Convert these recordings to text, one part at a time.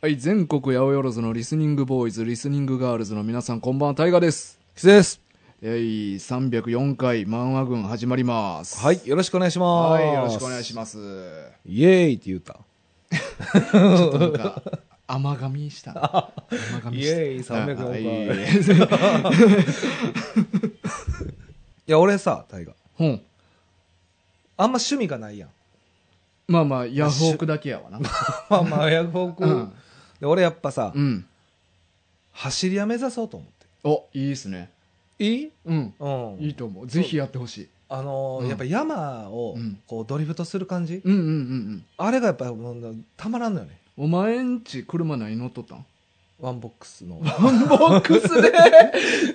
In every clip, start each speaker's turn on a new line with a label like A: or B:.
A: はい、全国八百万のリスニングボーイズ、リスニングガールズの皆さん、こんばんは、タイガです。
B: キスです。
A: えい、304回、漫画軍始まります。
B: はい、よろしくお願いしま
A: は
B: す。
A: い、よろしくお願いします。
B: イエーイって言った。
A: ちょっとなんか、甘噛みしたな。甘噛みした。
B: イエーイ304回
A: 回。はい
B: いや、俺さ、大河。
A: うん。
B: あんま趣味がないやん。
A: まあまあ、ヤフオクだけやわな。
B: まあまあ、ヤフオク
A: うん
B: で、俺やっぱさ、
A: うん。
B: 走り屋目指そうと思っ
A: お、いいですね。
B: て。いい
A: うん。
B: うん。
A: いいと思う。ぜひやってほしい。
B: あのー
A: うん
B: やっぱ山を
A: うん、
B: こう、ドリフトする感じ、
A: うんうんうんうん。
B: あれがやっぱ、もうたまらんのよね。
A: お前んち車何乗っとった ん
B: ワンボックス の。
A: ボックスで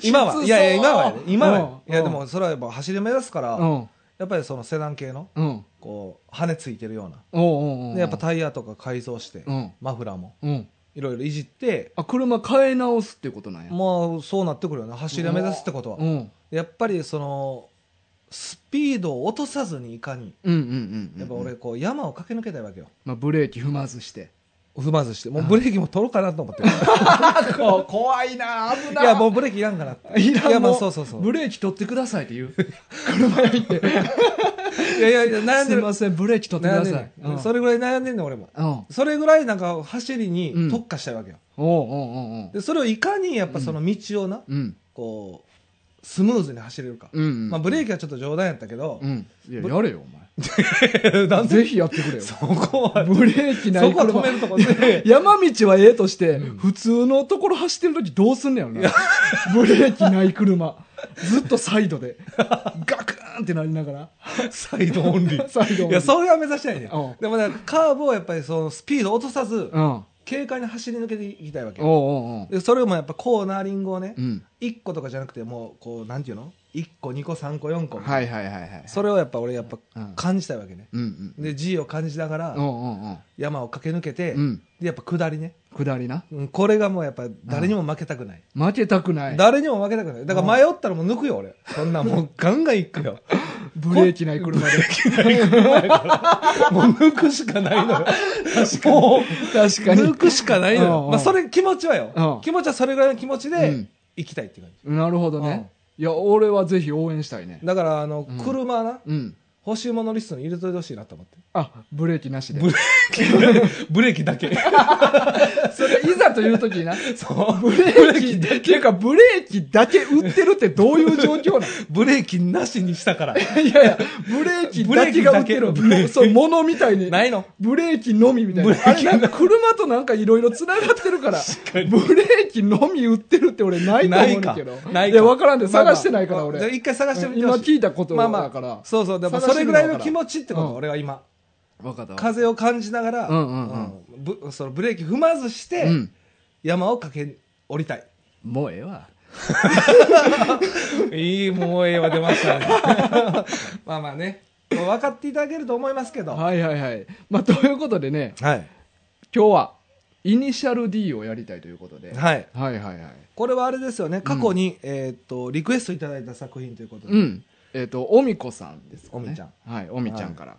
B: 今は、いやいや、今はやで、今はやで
A: うん
B: いや、
A: うん
B: でも、それはやっぱ走り屋目指すから、
A: うん。
B: やっぱりそのセダン系の、
A: うん。
B: こう、羽ついてるような。
A: おうおうおう
B: で、やっぱタイヤとか改造して、
A: うん。
B: マフラーも、
A: うん。
B: いろいろいじって、
A: あ、車変え直すってことなんや。
B: まあそうなってくるよね走りを目指すってことは、
A: うん。うん
B: やっぱりそのスピードを落とさずにいかに
A: うんうんうん。
B: やっぱ俺。こう山を駆け抜けたいわけよ
A: まあ、ブレーキ踏まず して。
B: 踏まずしてもうブレーキも取ろうかなと思ってる
A: 怖いな危
B: いやもうブレーキいらんかなって
A: いらん
B: やまあ
A: も
B: そうそうそう
A: ブレーキ取ってくださいって言う。車屋行って。
B: いやいやいや悩ん
A: す
B: で
A: い
B: る
A: ません、ブレーキ取ってく
B: 悩
A: だ
B: んで
A: さ
B: る
A: い。、うん
B: それぐらい悩んでんねん俺も
A: うん。おう
B: それぐらいなんか走り
A: うん
B: に特化したいわけよ、
A: おうおうおう。
B: でそれをいかにやっぱその道をな、
A: うん。
B: こうスムーズに走れるか、
A: うんうん。
B: まあ、ブレー
A: キ。
B: キはちょっと冗談やったけど
A: う、ん。いや、やれよ、お
B: なん
A: 前。
B: で
A: ぜひやってくれよ。
B: そこは
A: ブレーキない
B: そこは止めるとこね
A: 山道はええとして、普通のところ走ってる時どうすんねやろな。 ブレーキない車。ずっとサイドで。ガクーンってなりながら。
B: サイドオンリ ー。
A: サイドオンリー
B: いや、それは目指したいね
A: うん。
B: でもね、カーブをやっぱりそのスピードを落とさず、
A: うん。おう
B: 軽快に走り抜けていきたいわけ。
A: おうおう。
B: でそれもやっぱコーナーリングをね
A: う、ん。
B: 1個とかじゃなくて、もう、こう、なんていうの ?1 個、2個、3個、4個。
A: はいはいはいはい。
B: それをやっぱ俺やっぱ
A: うん
B: 感じたいわけね。
A: うんうん。
B: で、G を感じながら
A: おう、おう
B: 山を駆け抜けて
A: おう。う、ん。
B: で、やっぱ下りね。
A: 下りな。
B: うんこれがもうやっぱ誰にも負けたくない。
A: 負けたくない。
B: 誰にも負けたくない。だから迷ったらもう抜くよ、俺。そんなもうガンガン行 くよ。
A: ブレーキない車で。
B: もう抜くしかないのよ。確かに。
A: 確かに
B: 抜。くしかない
A: う
B: の
A: んう
B: よ
A: ん。
B: まあ、それ気持ちは
A: うん
B: よ。気持ちはそれぐらいの気持
A: う
B: ち
A: ん
B: で行きたいっていう感
A: なるほどね。いや、俺はぜひ応援したいね
B: じ。。だから、あの
A: うん、
B: 車な、
A: うん。
B: 欲しいものリストに入れといてほしいなと思って。
A: あ、ブレーキなしで。
B: ブレーキだけ。
A: それ、いざという時にな。
B: そう。
A: ブレーキだけ。いうか、ブレーキだけ売ってるってどういう状況な
B: ブレーキなしにしたから。
A: のいやいや、ブレーキだけが売ってる。
B: ブレーキだけ
A: そう、ものみたいに。
B: ないの。
A: ブレーキのみみたい
B: ブ
A: な
B: レ。ーキ
A: あれ、なんか車となんかいろいろ繋がってるから、ブレーキのみ売ってるって俺ないと思うんだけど。
B: ない
A: や、わからんで、
B: まあまあ
A: 探してないから
B: じゃあ
A: 俺。
B: 一回探してみて
A: 今
B: ほしい。
A: 聞いたこと
B: まあ
A: だ
B: まあ
A: から。
B: そうそう。でも
A: 探し
B: そ
A: て
B: れ
A: み
B: ぐ
A: るのかな
B: らいの気持ちってこ
A: うん
B: と、俺は今。
A: わかったわ。
B: 風を感じながら、
A: うんうんうん
B: うんぶそのブレーキ踏まずして
A: う、ん。
B: 山を駆け降りたい。
A: もうええわ。
B: いい萌えは出ましたね。 まあまあね。もう分かっていただけると思いますけど。は
A: はいはいはい。まあ、ということでね、
B: い。
A: 今日は、イニシャル D をやりたいということで。はい
B: はい。
A: はいはい。
B: これはあれですよね。過去に、えーっと、リクエストいただいた作品ということで。
A: うん。えっ、と、おみこさんですかね。
B: おみちゃん。
A: はい、おみちゃんから。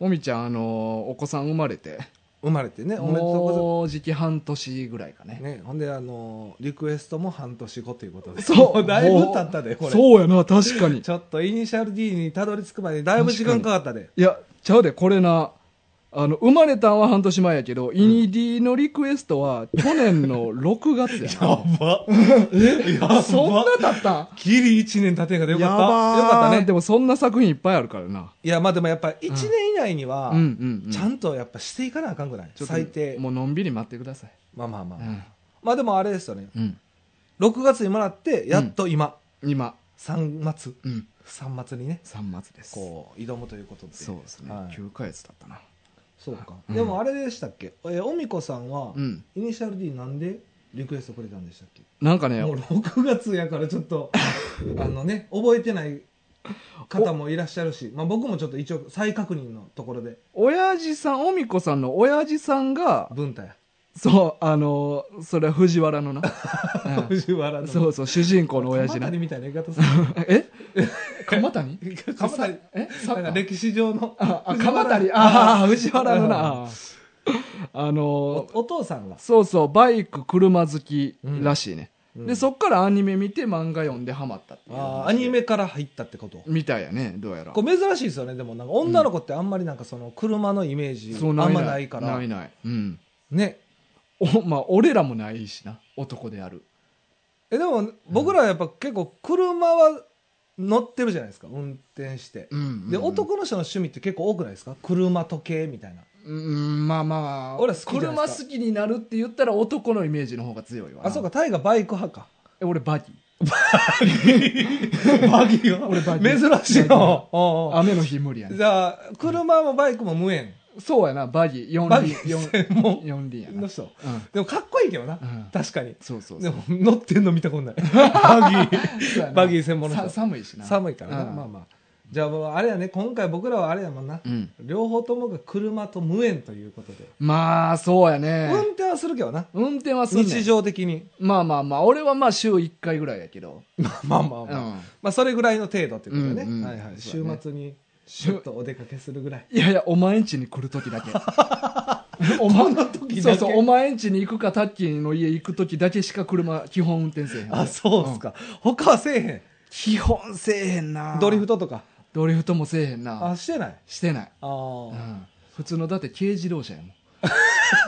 A: おみちゃん、あのーお子さん生まれて、
B: 生まれて ね。おめでとうございま
A: もうじき半年ぐらいかね。
B: す。ね、ほんで、あのーリクエストも半年後ということで。
A: そう
B: もだいぶ経ったで、これ。
A: そうやな、確かに。
B: ちょっとイニシャル D にたどり着くまでだいぶ時間かかったで。
A: いや、ちゃうで、これな、あの、生まれたんは半年前やけど、イニディのリクエストは去年 の6月やな。
B: ば。 えやば
A: そんなだった
B: ギリ1年経てんかでよか
A: や
B: っ
A: ば
B: た。
A: ー
B: よかったね
A: で。もそんな作品いっぱいあるからな。
B: いや、まあでもやっぱ1年以内には、
A: うんうん、うん。
B: ちゃ
A: と
B: んとやっぱしていかなあかんくない最低。
A: もうのんびり待ってください。
B: まあまあまあ。
A: うん。
B: まあでもあれですよね。
A: うん、
B: 6月にもらって、やっと今、
A: 今、
B: 3末、
A: うん、
B: 3末にね、
A: 3末です。
B: こう、挑むということで。
A: そうですね、
B: はい
A: 9ヶ月だったな
B: そうか。
A: うん
B: でもあれでしたっけえ、おみこさんは
A: う、ん
B: イニシャル D なんでリクエストくれたんでしたっけ
A: なんかね
B: もう6月やからちょっ と、あのね、覚えてない方もいらっしゃるし、まあ僕もちょっと一応再確認のところで、
A: 親父さんおみこさんの親父さんが
B: 文太や。
A: そうあのーそれは藤原 のな、うん
B: 藤原の。
A: そうそう主人公の親父
B: 鎌
A: な
B: 谷みたいな言い方する。
A: え鎌谷
B: 鎌谷。
A: え
B: なんか歴史上の
A: ああ鎌谷ああ藤原のなああのー
B: おお父さんが、
A: そうそうバイク車好きらしいね、
B: うん
A: でそっからアニメ見て漫画読んでハマったっていう
B: あーアニメから入ったってこと
A: みたいやねどうやら
B: これ珍しいですよねでもなんか女の子ってあんまりなんかその車のイメージ
A: そ
B: あ
A: うん
B: まないから
A: ないない、うん
B: ね
A: おまあ、俺らもないしな男である
B: えでも僕らはやっぱ結構車は乗ってるじゃないですか運転して
A: うんうんうん
B: で男の人の趣味って結構多くないですか車時計みたいな
A: うんまあまあ
B: 俺好きじゃない
A: 車
B: ですか
A: 好きになるって言ったら男のイメージの方が強いわな
B: あそうかタイがバイク派か
A: え俺バギー
B: バギー
A: 俺 バギ
B: は
A: ー
B: 珍しいのおうおう
A: 雨の日無理や ね
B: じゃあ車もバイクも無縁
A: そうやなバギー四
B: バギ
A: 輪
B: ー専門
A: 四四輪やな、う
B: の
A: ん、
B: 人でもかっこいいけどな、
A: うん
B: 確かに
A: そうそうそ
B: で
A: う
B: も乗ってんの見たことないバギ
A: そうや
B: ー
A: な
B: バギー専門の
A: さ
B: 人
A: 寒い しな
B: 寒いからな、
A: うん
B: まあまあじゃあもうあれやね今回僕らはあれやもんな、
A: うん
B: 両方ともが車と無縁ということで、
A: まあそうやね、
B: 運転はするけどな
A: 運転はすんねん
B: 日常 的に
A: まあまあまあ俺はまあ週1回ぐらいやけど、
B: まあまあまあ、
A: う
B: まあ
A: ん、
B: まあ、それぐらいの程度ってことだね、
A: うんうん
B: はいはい、
A: そ
B: 週
A: うだね
B: 末にちょっとお出かけするぐらい
A: いやいや、お前ん家に来るときだ け。お前の
B: 時だけ
A: そうそう、お前ん家に行くか、タッキーの家行くときだけしか車、基本運転せえへん。
B: あそうっすか、他はせえへ
A: 基本せえへんなん
B: ドリフトとか
A: ドリフトもせえへんな。
B: あしてない
A: してない。
B: あ
A: う
B: ー、
A: ん。普通の、だって軽自動車やもん。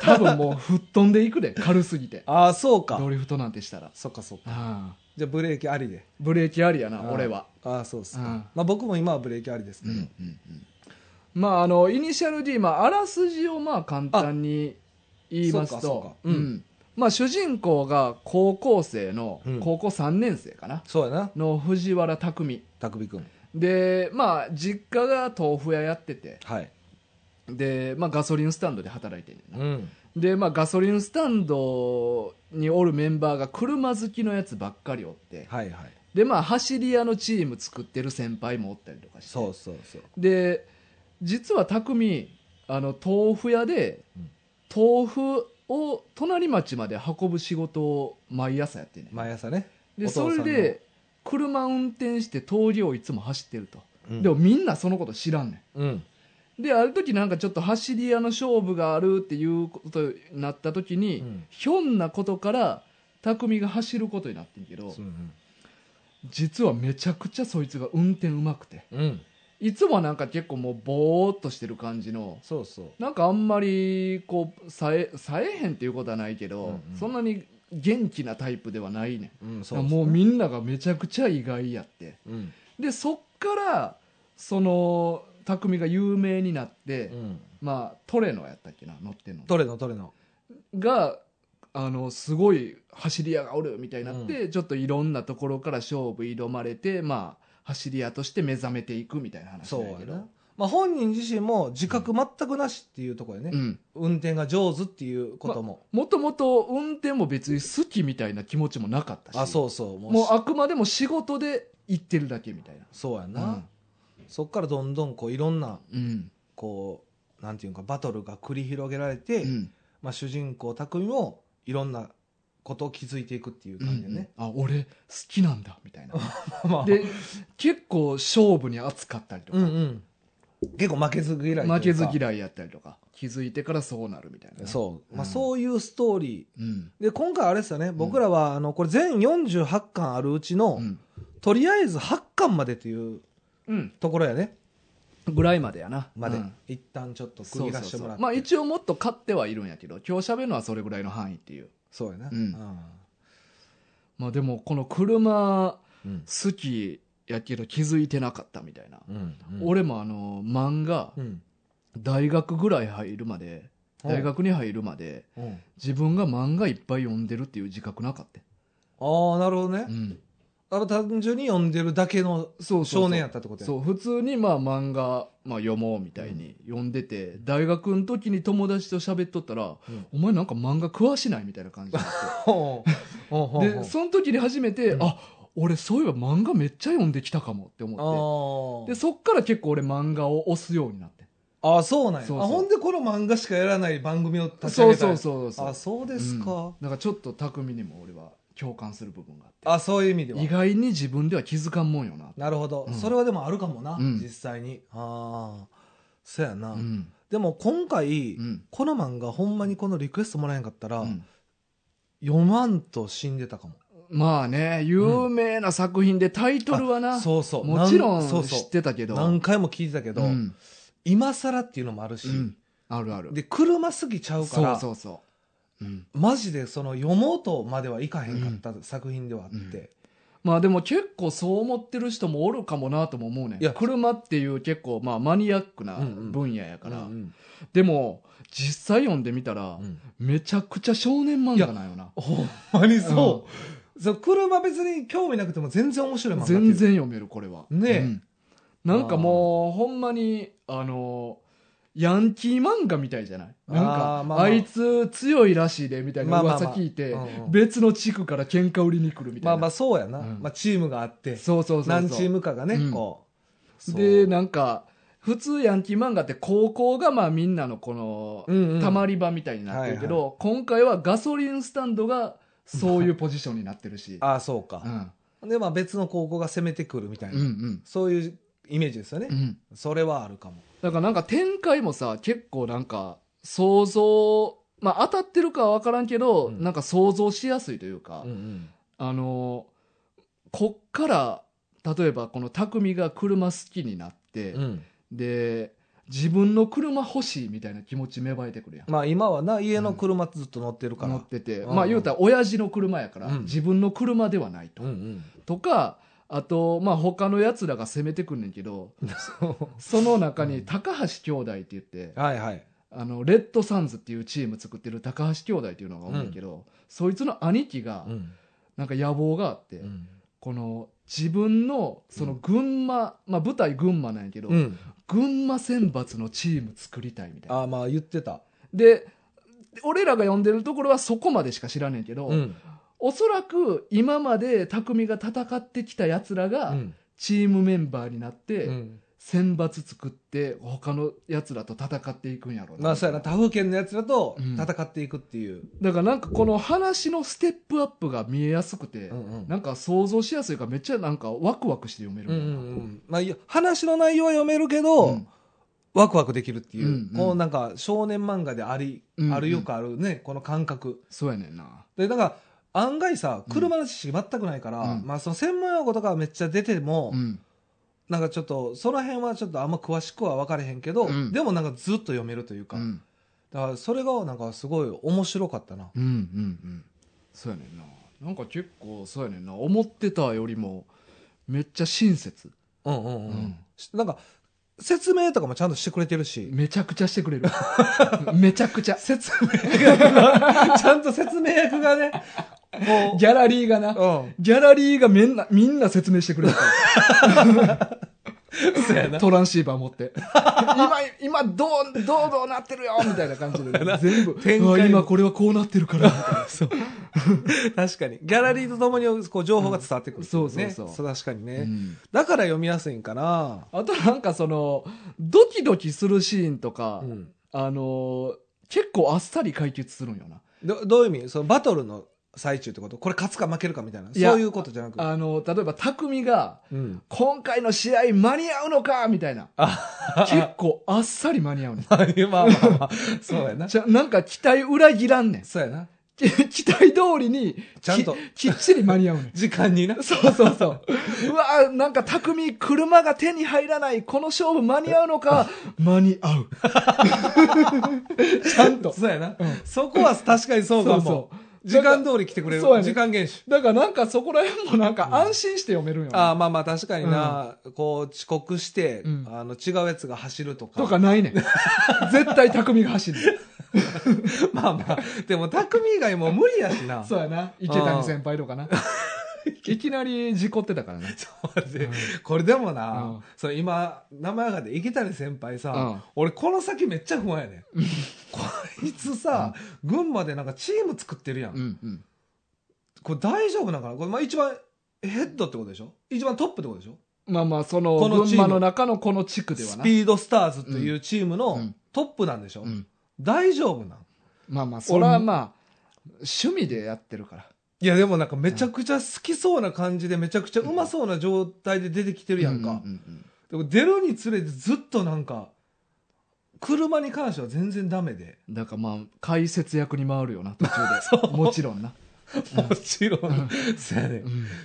A: 多分もう、吹っ飛んでいくで、軽すぎて。
B: あーそうか
A: ドリフトなんてしたら。
B: そっかそっ
A: う
B: か
A: ん
B: じゃあブレーキありで
A: ブレーキありやな、
B: あー
A: 俺は。
B: ああそうっすか、
A: うん
B: まあ、僕も今はブレーキありですけど、
A: まあ、あの、イニシャル D、まあ、あらすじをまあ、簡単に言います
B: そうか
A: と、
B: そうかうん
A: まあ、主人公が高校生の
B: うん、
A: 高校3年生かな、
B: そうやな
A: の藤原拓海。
B: たくびくん
A: で、まあ、実家が豆腐屋やってて、
B: はい
A: で、まあ、ガソリンスタンドで働いてるねんな
B: うん
A: で、まあ、ガソリンスタンドにおるメンバーが車好きのやつばっかりおって、
B: はいはい
A: で、まあ、走り屋のチーム作ってる先輩もおったりとかして。
B: そうそうそう
A: で実は匠あの豆腐屋で
B: うん
A: 豆腐を隣町まで運ぶ仕事を毎朝やってんねん
B: 毎朝ね
A: で
B: お
A: そ
B: 父さん
A: れ
B: の
A: で車運転して通りをいつも走ってると、
B: うん
A: でもみんなそのこと知らんね
B: うん
A: んである時なんかちょっと走り屋の勝負があるっていうことになった時に、
B: うん
A: ひょんなことから匠が走ることになってんけど
B: うん
A: 実はめちゃくちゃそいつが運転うまくて
B: うん
A: いつもはなんか結構もうぼーっとしてる感じの
B: そうそう
A: なんかあんまりこうさえさえへんっていうことはないけど、
B: うんうん
A: そんなに元気なタイプではないね
B: うん
A: んもうみんながめちゃくちゃ意外やって
B: うん
A: でそっからその匠が有名になって、
B: うん
A: まあトレノやったっけな乗ってんの
B: どれのどれの
A: があのすごい走り屋がおるみたいになって、ちょっといろんなところから勝負挑まれてまあ走り屋として目覚めていくみたいな話
B: そ
A: な
B: うん
A: やけ
B: や
A: ど
B: なまあ本人自身も自覚全くなしっていうところや
A: う
B: ね
A: ん
B: 運転が上手っていうことも
A: もともと運転も別に好きみたいな気持ちもなかったし
B: あそうそうも
A: もう
B: う
A: あくまでも仕事で行ってるだけみたいな。
B: そうやなそっからどんどんこういろんな
A: うん。
B: こうなんていうかバトルが繰り広げられて
A: うん。
B: まあ主人公匠もいろんなことを気づいていくっていう感じやね
A: うんあ、俺好きなんだ、みたい な。
B: まあ
A: で、結構勝負に熱かったりと
B: うん
A: か、
B: うん結構負けず嫌いというか
A: 負けず嫌いやったりとか、気づいてからそうなるみたいな。
B: そう、まあ、
A: うん
B: そういうストーリ
A: う。うん。
B: ーで今回あれですよね僕らは、あのこれ全48巻あるうちの、
A: うん。
B: とりあえず8巻までという
A: うん。
B: ところやね
A: ぐらいまでやな。
B: まで、
A: うん
B: 一旦ちょっと区
A: そ
B: 切
A: う
B: ら
A: そう
B: せて
A: そ
B: もらっ
A: う
B: て
A: まあ一応もっと勝ってはいるんやけど今日喋るのはそれぐらいの範囲っていう
B: そうやな、
A: うん
B: う
A: まあでもこの車
B: ん
A: 好きやけど気づいてなかったみたいな、
B: うん
A: 俺もあの漫画、
B: うん
A: 大学ぐらい入るまで大学に入るまで
B: うん
A: 自分が漫画いっぱい読んでるっていう自覚なかった、
B: ああなるほどね、
A: うん、
B: あの単純に読んでるだけの
A: そうそうそう
B: 少年やったってことや
A: そう普通にまあ漫画、まあ、読もうみたいに読んでて、大学の時に友達と喋っとったら、
B: うん
A: お前なんか漫画食わしないみたいな感じになっ
B: ほうほう ほう
A: てでその時に初めて、
B: うん
A: あ俺そういえば漫画めっちゃ読んできたかもって思っ
B: ほう
A: て
B: あ
A: で
B: ー
A: そっから結構俺漫画を押すようになって
B: あーそうなんや
A: そうそう
B: あほんでこの漫画しかやらない番組を立ち上
A: そう
B: げたん
A: そ
B: や
A: うそうそう
B: あそうですか、
A: うんだからちょっと匠にも俺は共感する部分があって
B: あそういう意味では
A: 意外に自分では気づかんもんよな、
B: なるほど、
A: うん
B: それはでもあるかもな、
A: うん
B: 実際にああそやな、
A: うん
B: でも今回、
A: うん
B: この漫画ほんまにこのリクエストもらえんかったら、
A: うん
B: 読まんと死んでたかも
A: まあね有名な作品でタイトルはな、
B: そうそう
A: もちろ
B: なんそ
A: ん
B: うそう
A: 知ってたけど
B: 何回も聞いてたけど、
A: うん
B: 今更っていうのもあるし、
A: うんあるある
B: で車すぎちゃうか
A: そ
B: ら
A: うそうそう、うん、
B: マジでその読もうとまではいかへんかった作品ではあって、
A: まあでも結構そう思ってる人もおるかもなとも思うねん
B: いや
A: 車っていう結構まあマニアックな
B: うんうん
A: 分野やから、
B: うんうん
A: でも実際読んでみたら、
B: うん
A: めちゃくちゃ少年漫画なんよな
B: ほんまにそう,、そう車別に興味なくても全然面白い漫画っていう
A: 全然読めるこれは
B: ねえ
A: うんなんかもうほんまにあのヤンキー漫画みたいじゃないなんか
B: あ
A: あ,、
B: ーまあまあ
A: いつ強いらしいでみたいな
B: まあまあ
A: 噂
B: まあ
A: 聞いて、
B: うんうん
A: 別の地区から喧嘩売りに来るみたい
B: ま
A: な、
B: あまあそうやな、
A: うん
B: まあ、チームがあって
A: そうそうそうそう
B: 何チームかがね、
A: うん
B: こう
A: で
B: そう
A: なんか普通ヤンキー漫画って高校がまあみんなのこ
B: うんうん
A: のたまり場みたいになってるけど、
B: は
A: 今回はガソリンスタンドがそういうポジションになってるし、
B: ああそうか
A: う、ん、
B: でまあ別の高校が攻めてくるみたいな、
A: うんうん
B: そういうイメージですよね、
A: うん
B: それはあるかも
A: だからなんか展開もさ結構なんか想像まあ当たってるかは分からんけど、
B: うん
A: なんか想像しやすいというか、あのこっから例えばこの匠が車好きになって、
B: うん
A: で自分の車欲しいみたいな気持ち芽生えてくるやん
B: まあ今はな家の車ずっと乗ってるから、
A: 乗ってて、
B: うん
A: まあ言うたら親父の車やから、
B: うん
A: 自分の車ではないと、
B: うんうん
A: とかあとまあ他のやつらが攻めてくんねんけどその中
B: う
A: に
B: ん
A: 高橋兄弟って言って、
B: はいはい
A: あのレッドサンズっていうチーム作ってる高橋兄弟っていうのがおるんやけど、そいつの兄貴が
B: うん
A: なんか野望があって、
B: うん
A: この自分のその群馬、まあ舞台群馬なんやけど、
B: うん
A: 群馬選抜のチーム作りたいみたいな。
B: ああまあ言ってた、
A: で俺らが呼んでるところはそこまでしか知らねんけど、
B: うん
A: おそらく今まで匠が戦ってきたやつら
B: う
A: が
B: ん
A: チームメンバーになって
B: ん
A: 選抜作って他のやつらと戦っていくんやろう
B: まあそうやな他府県のやつらと
A: うん
B: 戦っていくっていう、
A: だからなんかこの話のステップアップが見えやすくて、
B: うんうん
A: なんか想像しやすいからめっちゃなんかワクワクして読める
B: うん
A: も
B: うん
A: な、
B: んうんまあ、いや話の内容は読めるけど、
A: うん
B: ワクワクできるっていう、
A: うんうん
B: こうなんか少年漫画であり、
A: うんうん
B: あるよくあるねこの感覚
A: そうやねんな
B: でだから案外さ
A: うん
B: 車の知識全くないから、
A: うん
B: まあ、その専門用語とかはめっちゃ出ても、
A: うん
B: なんかちょっとその辺はちょっとあんま詳しくは分かれへんけど、
A: うん
B: でもなんかずっと読めるというか、
A: うん
B: だからそれがなんかすごい面白かったな、
A: うんうんうんそうやねんななんか結構そうやねんな思ってたよりもめっちゃ親切
B: うんうんうん
A: うん
B: しなんか説明とかもちゃんとしてくれてるし、
A: めちゃくちゃしてく れるめちゃくちゃ
B: 説明役が ちゃんと説明役がねこ
A: ギャラリーがな
B: う、うん、
A: ギャラリーがみんな、みんな説明してくれるか
B: そうや
A: ら。
B: な
A: トランシーバー持って。今、今、どう、どうどうなってるよみたいな感じ で、全部。
B: 展開も
A: うわ今これはこうなってる から。みたいな
B: 確かにギャラリーとともにこう情報が伝わってくる、ね
A: そうそうそう
B: 確かにね、
A: うん
B: だから読みやすいんかな
A: あとなんかその、ドキドキするシーンとか、
B: うん
A: あのー結構あっさり解決するんよな。
B: どどういう意味そのバトルの最中ってことこれ勝つか負けるかみたいない
A: や
B: そういうことじゃなく
A: あの例えば、匠が、
B: うん、
A: 今回の試合間に合うのかみたいな。
B: あ。
A: 結構あっさり間に合うねん
B: まあまあまあそうやな
A: じゃなんか期待裏切らんねん。
B: そうやな
A: き期待通りに、
B: ちゃんと
A: ききっちり間に合うねん。
B: 時間にな
A: そうそう そう。うわーなんか匠、車が手に入らない。この勝負間に合うのか、間に合う。ちゃんと。
B: そうやな、そこは確かにそうか
A: そ
B: も
A: うそう
B: 時間通り来てくれる
A: そうやね
B: 時間厳守
A: だからなんかそこら辺もなんか安心して読めるんよ、ね
B: ああまあまあ確かにな、こう遅刻して、
A: うん
B: あの違うやつが走るとか
A: とかないねん。絶対匠が走る。
B: まあまあでも匠以外もう無理やしな
A: そうやな。池谷先輩とかな。いきなり事故ってたからね。
B: そうでこれでもな、
A: うん
B: その今名前がで池谷先輩さ、
A: うん
B: 俺この先めっちゃ不安やねんこいつさ、群馬でなんかチーム作ってるやん、
A: うんうん。
B: これ大丈夫なんかなこれまあ一番ヘッドってことでしょ一番トップってことでしょ
A: まあまあ、その、
B: この
A: 群
B: チーム
A: 馬の中のこの地区では
B: ス
A: な。
B: ピードスターズというチーム
A: う
B: の
A: ん
B: トップなんでしょ、
A: うん
B: 大丈夫なん
A: まあまあ、それはまあ、趣味でやってるから。
B: いやでもなんかめちゃくちゃ好きそうな感じでめちゃくちゃうまそうな状態で出てきてるやんか、
A: うんうんうん
B: でも出るにつれてずっとなんか車に関しては全然ダメで。
A: だからまあ解説役に回るよな途中
B: そ
A: でもちろんな、
B: もちろん。そうやね。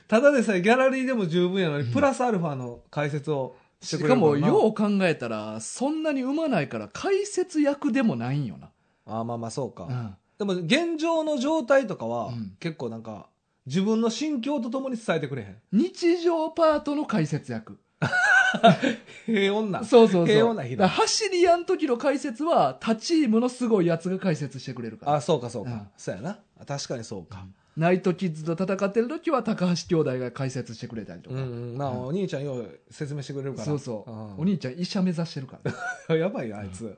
B: ただでさえギャラリーでも十分やのに、プラスアルファの解説をして
A: し
B: く
A: か
B: れる
A: も
B: な
A: よう考えたらそんなに生まないから解説役でもないんよな、
B: あーまあまあそうか。
A: うん
B: でも現状の状態とかは、
A: うん
B: 結構なんか、自分の心境とともに伝えてくれ へん。
A: 日常パートの解説役
B: 平穏な。
A: そうそう
B: 平
A: そ
B: 穏
A: う
B: な日
A: だ
B: だ
A: から走り屋の時の解説は他チームのすごいやつが解説してくれるから
B: あ、そうかそうか。
A: うん
B: そうやな。確かにそうか。
A: ナイトキッズと戦ってる時は高橋兄弟が解説してくれたりと
B: う
A: か、
B: ん、うん。なあ、
A: うん
B: お兄ちゃんよう説明してくれるから。
A: そうそう、
B: ん
A: お兄ちゃん医者目指してるからね
B: やばいよ、あいつ。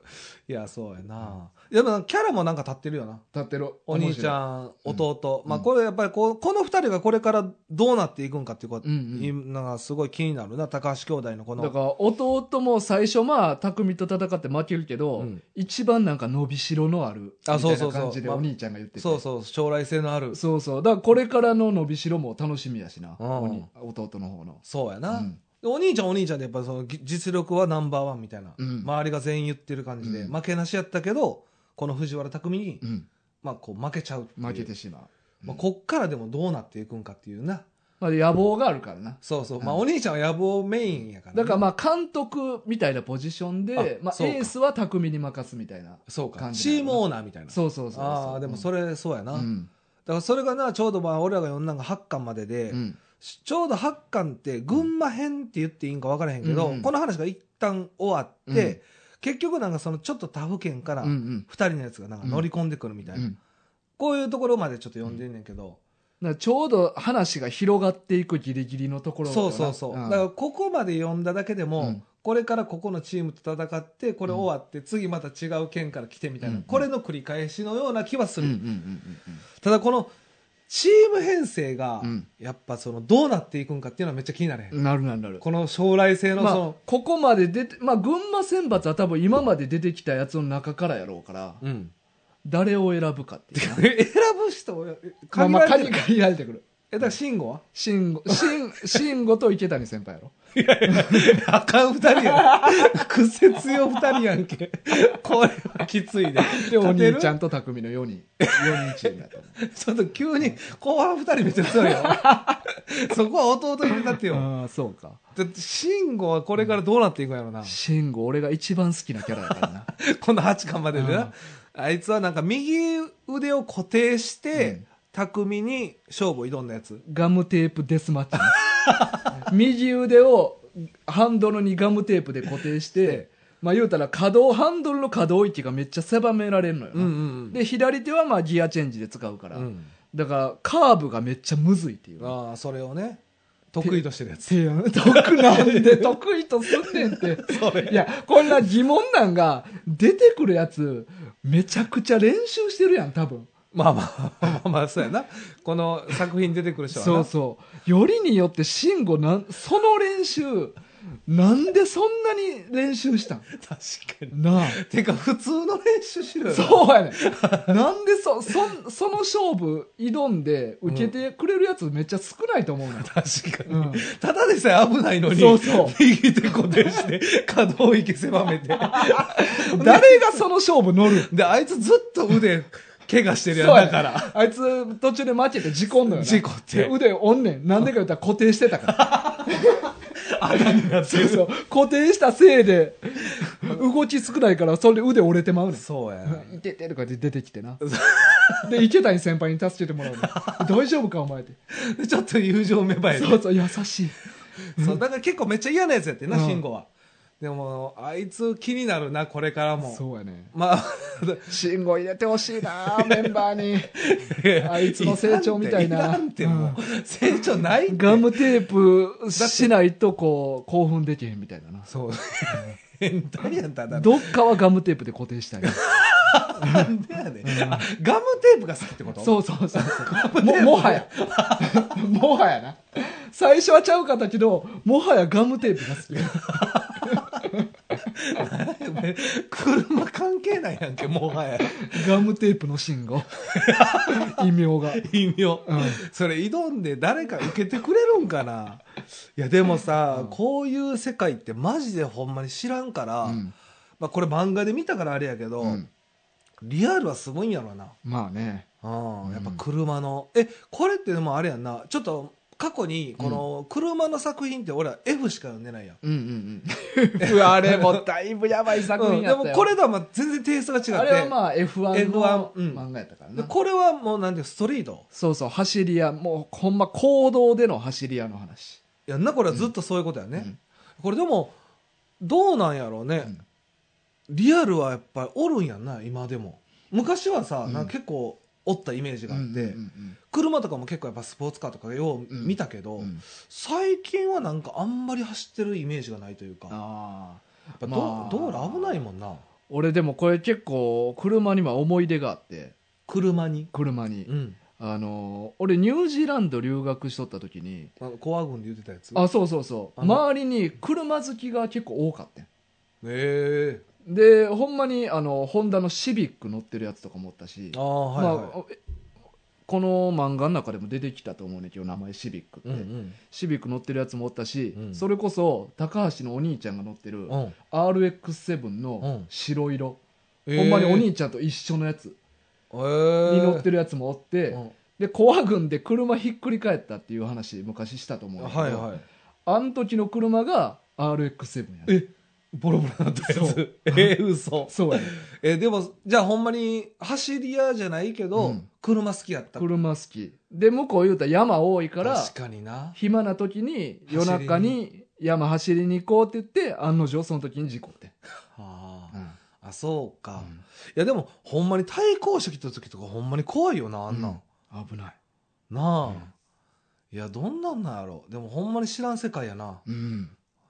B: いや、そうやな。でも、キャラもなんか立ってるよな。
A: 立ってる
B: お兄ち
A: ん
B: ゃん、弟。
A: うん
B: まあ、これやっぱりこう、この二人がこれからどうなっていくんかっていうこと、
A: うんうん
B: なんかすごい気になるな、高橋兄弟のこ
A: だ
B: の。
A: から弟も最初まあ匠と戦って負けるけど、
B: うん
A: 一番なんか伸びしろのあるみた
B: あそう
A: い
B: そ
A: な
B: うそう
A: 感じで
B: まあ
A: お兄ちゃんが言ってて
B: そうそう、将来性のある。
A: そうそうだからこれからの伸びしろも楽しみやしな、
B: うん
A: おに弟の方の、
B: そうや
A: う
B: な。
A: ん、
B: でお兄ちゃんお兄ちゃんでやっぱそのぎ実力はナンバーワンみたいな、
A: うん
B: 周りが全員言ってる感じで、
A: うん
B: 負けなしやったけどこの藤原拓海に、
A: うん、
B: まあ、こう負けちゃうっていう
A: 負けてしまう、
B: まあ、こっからでもどうなっていくんかっていうな
A: まあ、野望があるからな
B: そうそう、まあ、
A: うん
B: お兄ちゃんは野望メインやからね、
A: だからまあ監督みたいなポジションで
B: あ
A: まあ、
B: そうか
A: エースは匠に任すみたいな
B: そうか
A: 感じだよ
B: チー
A: な
B: ムオーナーみたいな
A: そうそうそう
B: ああでもそ
A: れ
B: れ、そうやな、
A: う
B: だ
A: ん
B: からそれがなちょうどまあ俺らが読んだのが8巻までで、
A: うん
B: しちょうど8巻って群馬編って言っていいんか分からへんけど、
A: うんうん
B: この話が一旦終わって、
A: うん
B: 結局なんかそのちょっと他府県から、
A: うんうん
B: 二人のやつがなんか乗り込んでくるみたいな、
A: うん
B: こういうところまでちょっと読んでんねんけど、
A: だからちょうど話が広がっていくギリギリのところだ
B: そ
A: よ
B: う
A: な
B: そうそう、
A: ん
B: だからここまで読んだだけでも、
A: うん
B: これからここのチームと戦ってこれ終わって次また違う県から来てみたいな、
A: うん
B: これの繰り返しのような気はす
A: うん
B: る、
A: うんうんうん
B: ただこのチーム編成が
A: うん
B: やっぱそのどうなっていくんかっていうのはめっちゃ気になれへん、
A: うんなるなるなる
B: この将来性の
A: ま
B: そ
A: あ
B: の、
A: ここまで出て、まあ、群馬選抜は多分今まで出てきたやつの中からやろうから、
B: うん、。
A: 誰を選ぶかっていうな
B: 選ぶ人も
A: まあ
B: 限
A: ま
B: ら
A: あ、
B: れて る、
A: 限限られてくる。
B: えだから 慎吾は
A: 慎吾、 慎、慎吾と池谷先輩や ろ。
B: あかん二人 やん屈折よ二人やん けこれはきついね
A: で、お
B: 勝てる
A: 兄ちゃんと匠の4人、4人チームだ と思
B: ちょっと急に後半二人めっちゃ強いよ。 そこは弟入れたってよ。
A: う。ああ、そうか。
B: だって、慎吾はこれからどうなっていくんやろな。
A: 慎吾、俺が一番好きなキャラやからな。
B: 今度8巻までで
A: う。
B: なんあいつはなんか右腕を固定して、
A: うん
B: 巧みに勝負を挑んだやつ。
A: ガムテープデスマッチね。右腕をハンドルにガムテープで固定して、まあ言うたら可動、ハンドルの可動域がめっちゃ狭められるのよな。
B: ん
A: で、左手はまあギアチェンジで使うから。
B: うん
A: だから、カーブがめっちゃむずいっていう。
B: ああ、それをね、得意としてるやつ。
A: 提案得なんで得意とすんねんって。
B: それ
A: いや、こんな疑問なんが、出てくるやつ、めちゃくちゃ練習してるやん、多分。
B: まあまあ、まあまあ、そうやな。この作品出てくる人はな。
A: そうそう。よりによって、慎吾なん、その練習、なんでそんなに練習したん
B: 確かに。
A: な あ。
B: てか、普通の練習しろよ。
A: そうやねん。なんでそ、そん、その勝負挑んで受けてくれるやつめっちゃ少ないと思 うのよ。
B: 確かに、
A: うん
B: ただでさえ危ないのに
A: そうそう
B: 右手固定 して可動域狭めて
A: 誰がその勝負乗る
B: であいつずっと腕怪我してるやん
A: そうや
B: だから。
A: あいつ途中で負けて事故んのよな。
B: 事故って
A: で腕折んねん。なんでか言ったら固定してたから。
B: 穴になって
A: そう
B: る
A: そう。固定したせいで、動き少ないから、それで腕折れてまうねん。
B: そうやな
A: 痛ててとかで出てきてな。で、池谷先輩に助けてもらうの。大丈夫かお前って。
B: でちょっと友情芽生えて
A: そうそう、優しい。
B: そうだから結構めっちゃ嫌なやつやってな
A: うん
B: 慎吾はでもあいつ気になるなこれからも
A: そうやね。
B: まあ
A: 信号入れてほしいなメンバーに。 あいつの成長みたいな
B: らんてらんてもう、成長ないって
A: ガムテープしないとこう、興奮できへんみたいだな。
B: そう 変態やんただの
A: どっかはガムテープで固定したい。
B: なんでやねんあガムテープが好きってこ と
A: そうそうそうそう。も、もはや。 もはやな。最初はちゃうかったけど、もはやガムテープが好き。
B: 車関係ないやんけもはや
A: ガムテープの信号。異名が。
B: 異名、
A: うん
B: それ挑んで誰か受けてくれるんかないやでもさ、こういう世界ってマジでほんまに知らんから、
A: うん
B: まあ、これ漫画で見たからあれやけど、
A: うん
B: リアルはすごいんやろな
A: まあね
B: あ
A: うん
B: やっぱ車の、えこれってでもあれやんなちょっと過去にこの車の作品って俺は F しか読んでないやん、
A: うんうんうんう わあれもだいぶやばい作
B: う
A: 品
B: ん
A: や
B: で
A: ったよ、
B: もこれとはまあ全然テイストが違って
A: あれはまあ F1 の
B: F1 うん
A: 漫画やったから
B: で
A: な、
B: これはもうなんていうのストリート
A: そうそう走り屋もうほんま行動での走り屋の話
B: やんなこれはずっとそういうことやね、
A: うん
B: これでもどうなんやろうね、
A: うん
B: リアルはやっぱりおるんやんな今でも昔はさ、
A: うん
B: なんか結構おったイメージがあって、
A: うん
B: 車とかも結構やっぱスポーツカーとかよう見たけど、
A: うんうん
B: 最近はなんかあんまり走ってるイメージがないというかや
A: ああ
B: っぱど,、道路危ないもんな
A: 俺でもこれ結構車には思い出があって
B: 車に、
A: 車に、
B: うん、
A: あのー俺ニュージーランド留学しとった時に
B: あのコア軍で言ってたやつ
A: あそうそうそう
B: あの
A: 周りに車好きが結構多かったん
B: へえ
A: でほんまにあのホンダのシビック乗ってるやつとかもおったし
B: ああはいはい、
A: まあ、えこの漫画の中でも出てきたと思うねんけど名前シビックって、
B: うんうん
A: シビック乗ってるやつもおったし、
B: うん
A: それこそ高橋のお兄ちゃんが乗ってる
B: うん
A: RX7
B: う
A: の
B: ん
A: 白色、
B: へえ
A: ほんまにお兄ちゃんと一緒のやつに乗って
B: る
A: るやつもおって、でコア軍で車ひっくり返ったっていう話昔したと思うんだけど、
B: はいはい
A: あの時の車が RX7 やね
B: えボロボロになったや
A: そう
B: つ えー、嘘
A: そうやね
B: えーでもじゃあほんまに走り屋じゃないけど、
A: うん
B: 車好きやった
A: 車好きで向こう言うたら山多いから
B: 確かにな
A: 暇な時に夜中に山走りに行こうって言って案の定その時に事故って、
B: あ
A: う
B: ー
A: ん
B: あそうか、いやでもほんまに対向車来た時とかほんまに怖いよなあんなん、
A: うん危ない、
B: なあ、
A: うん
B: いやどんなんなんやろでもほんまに知らん世界やな
A: うん、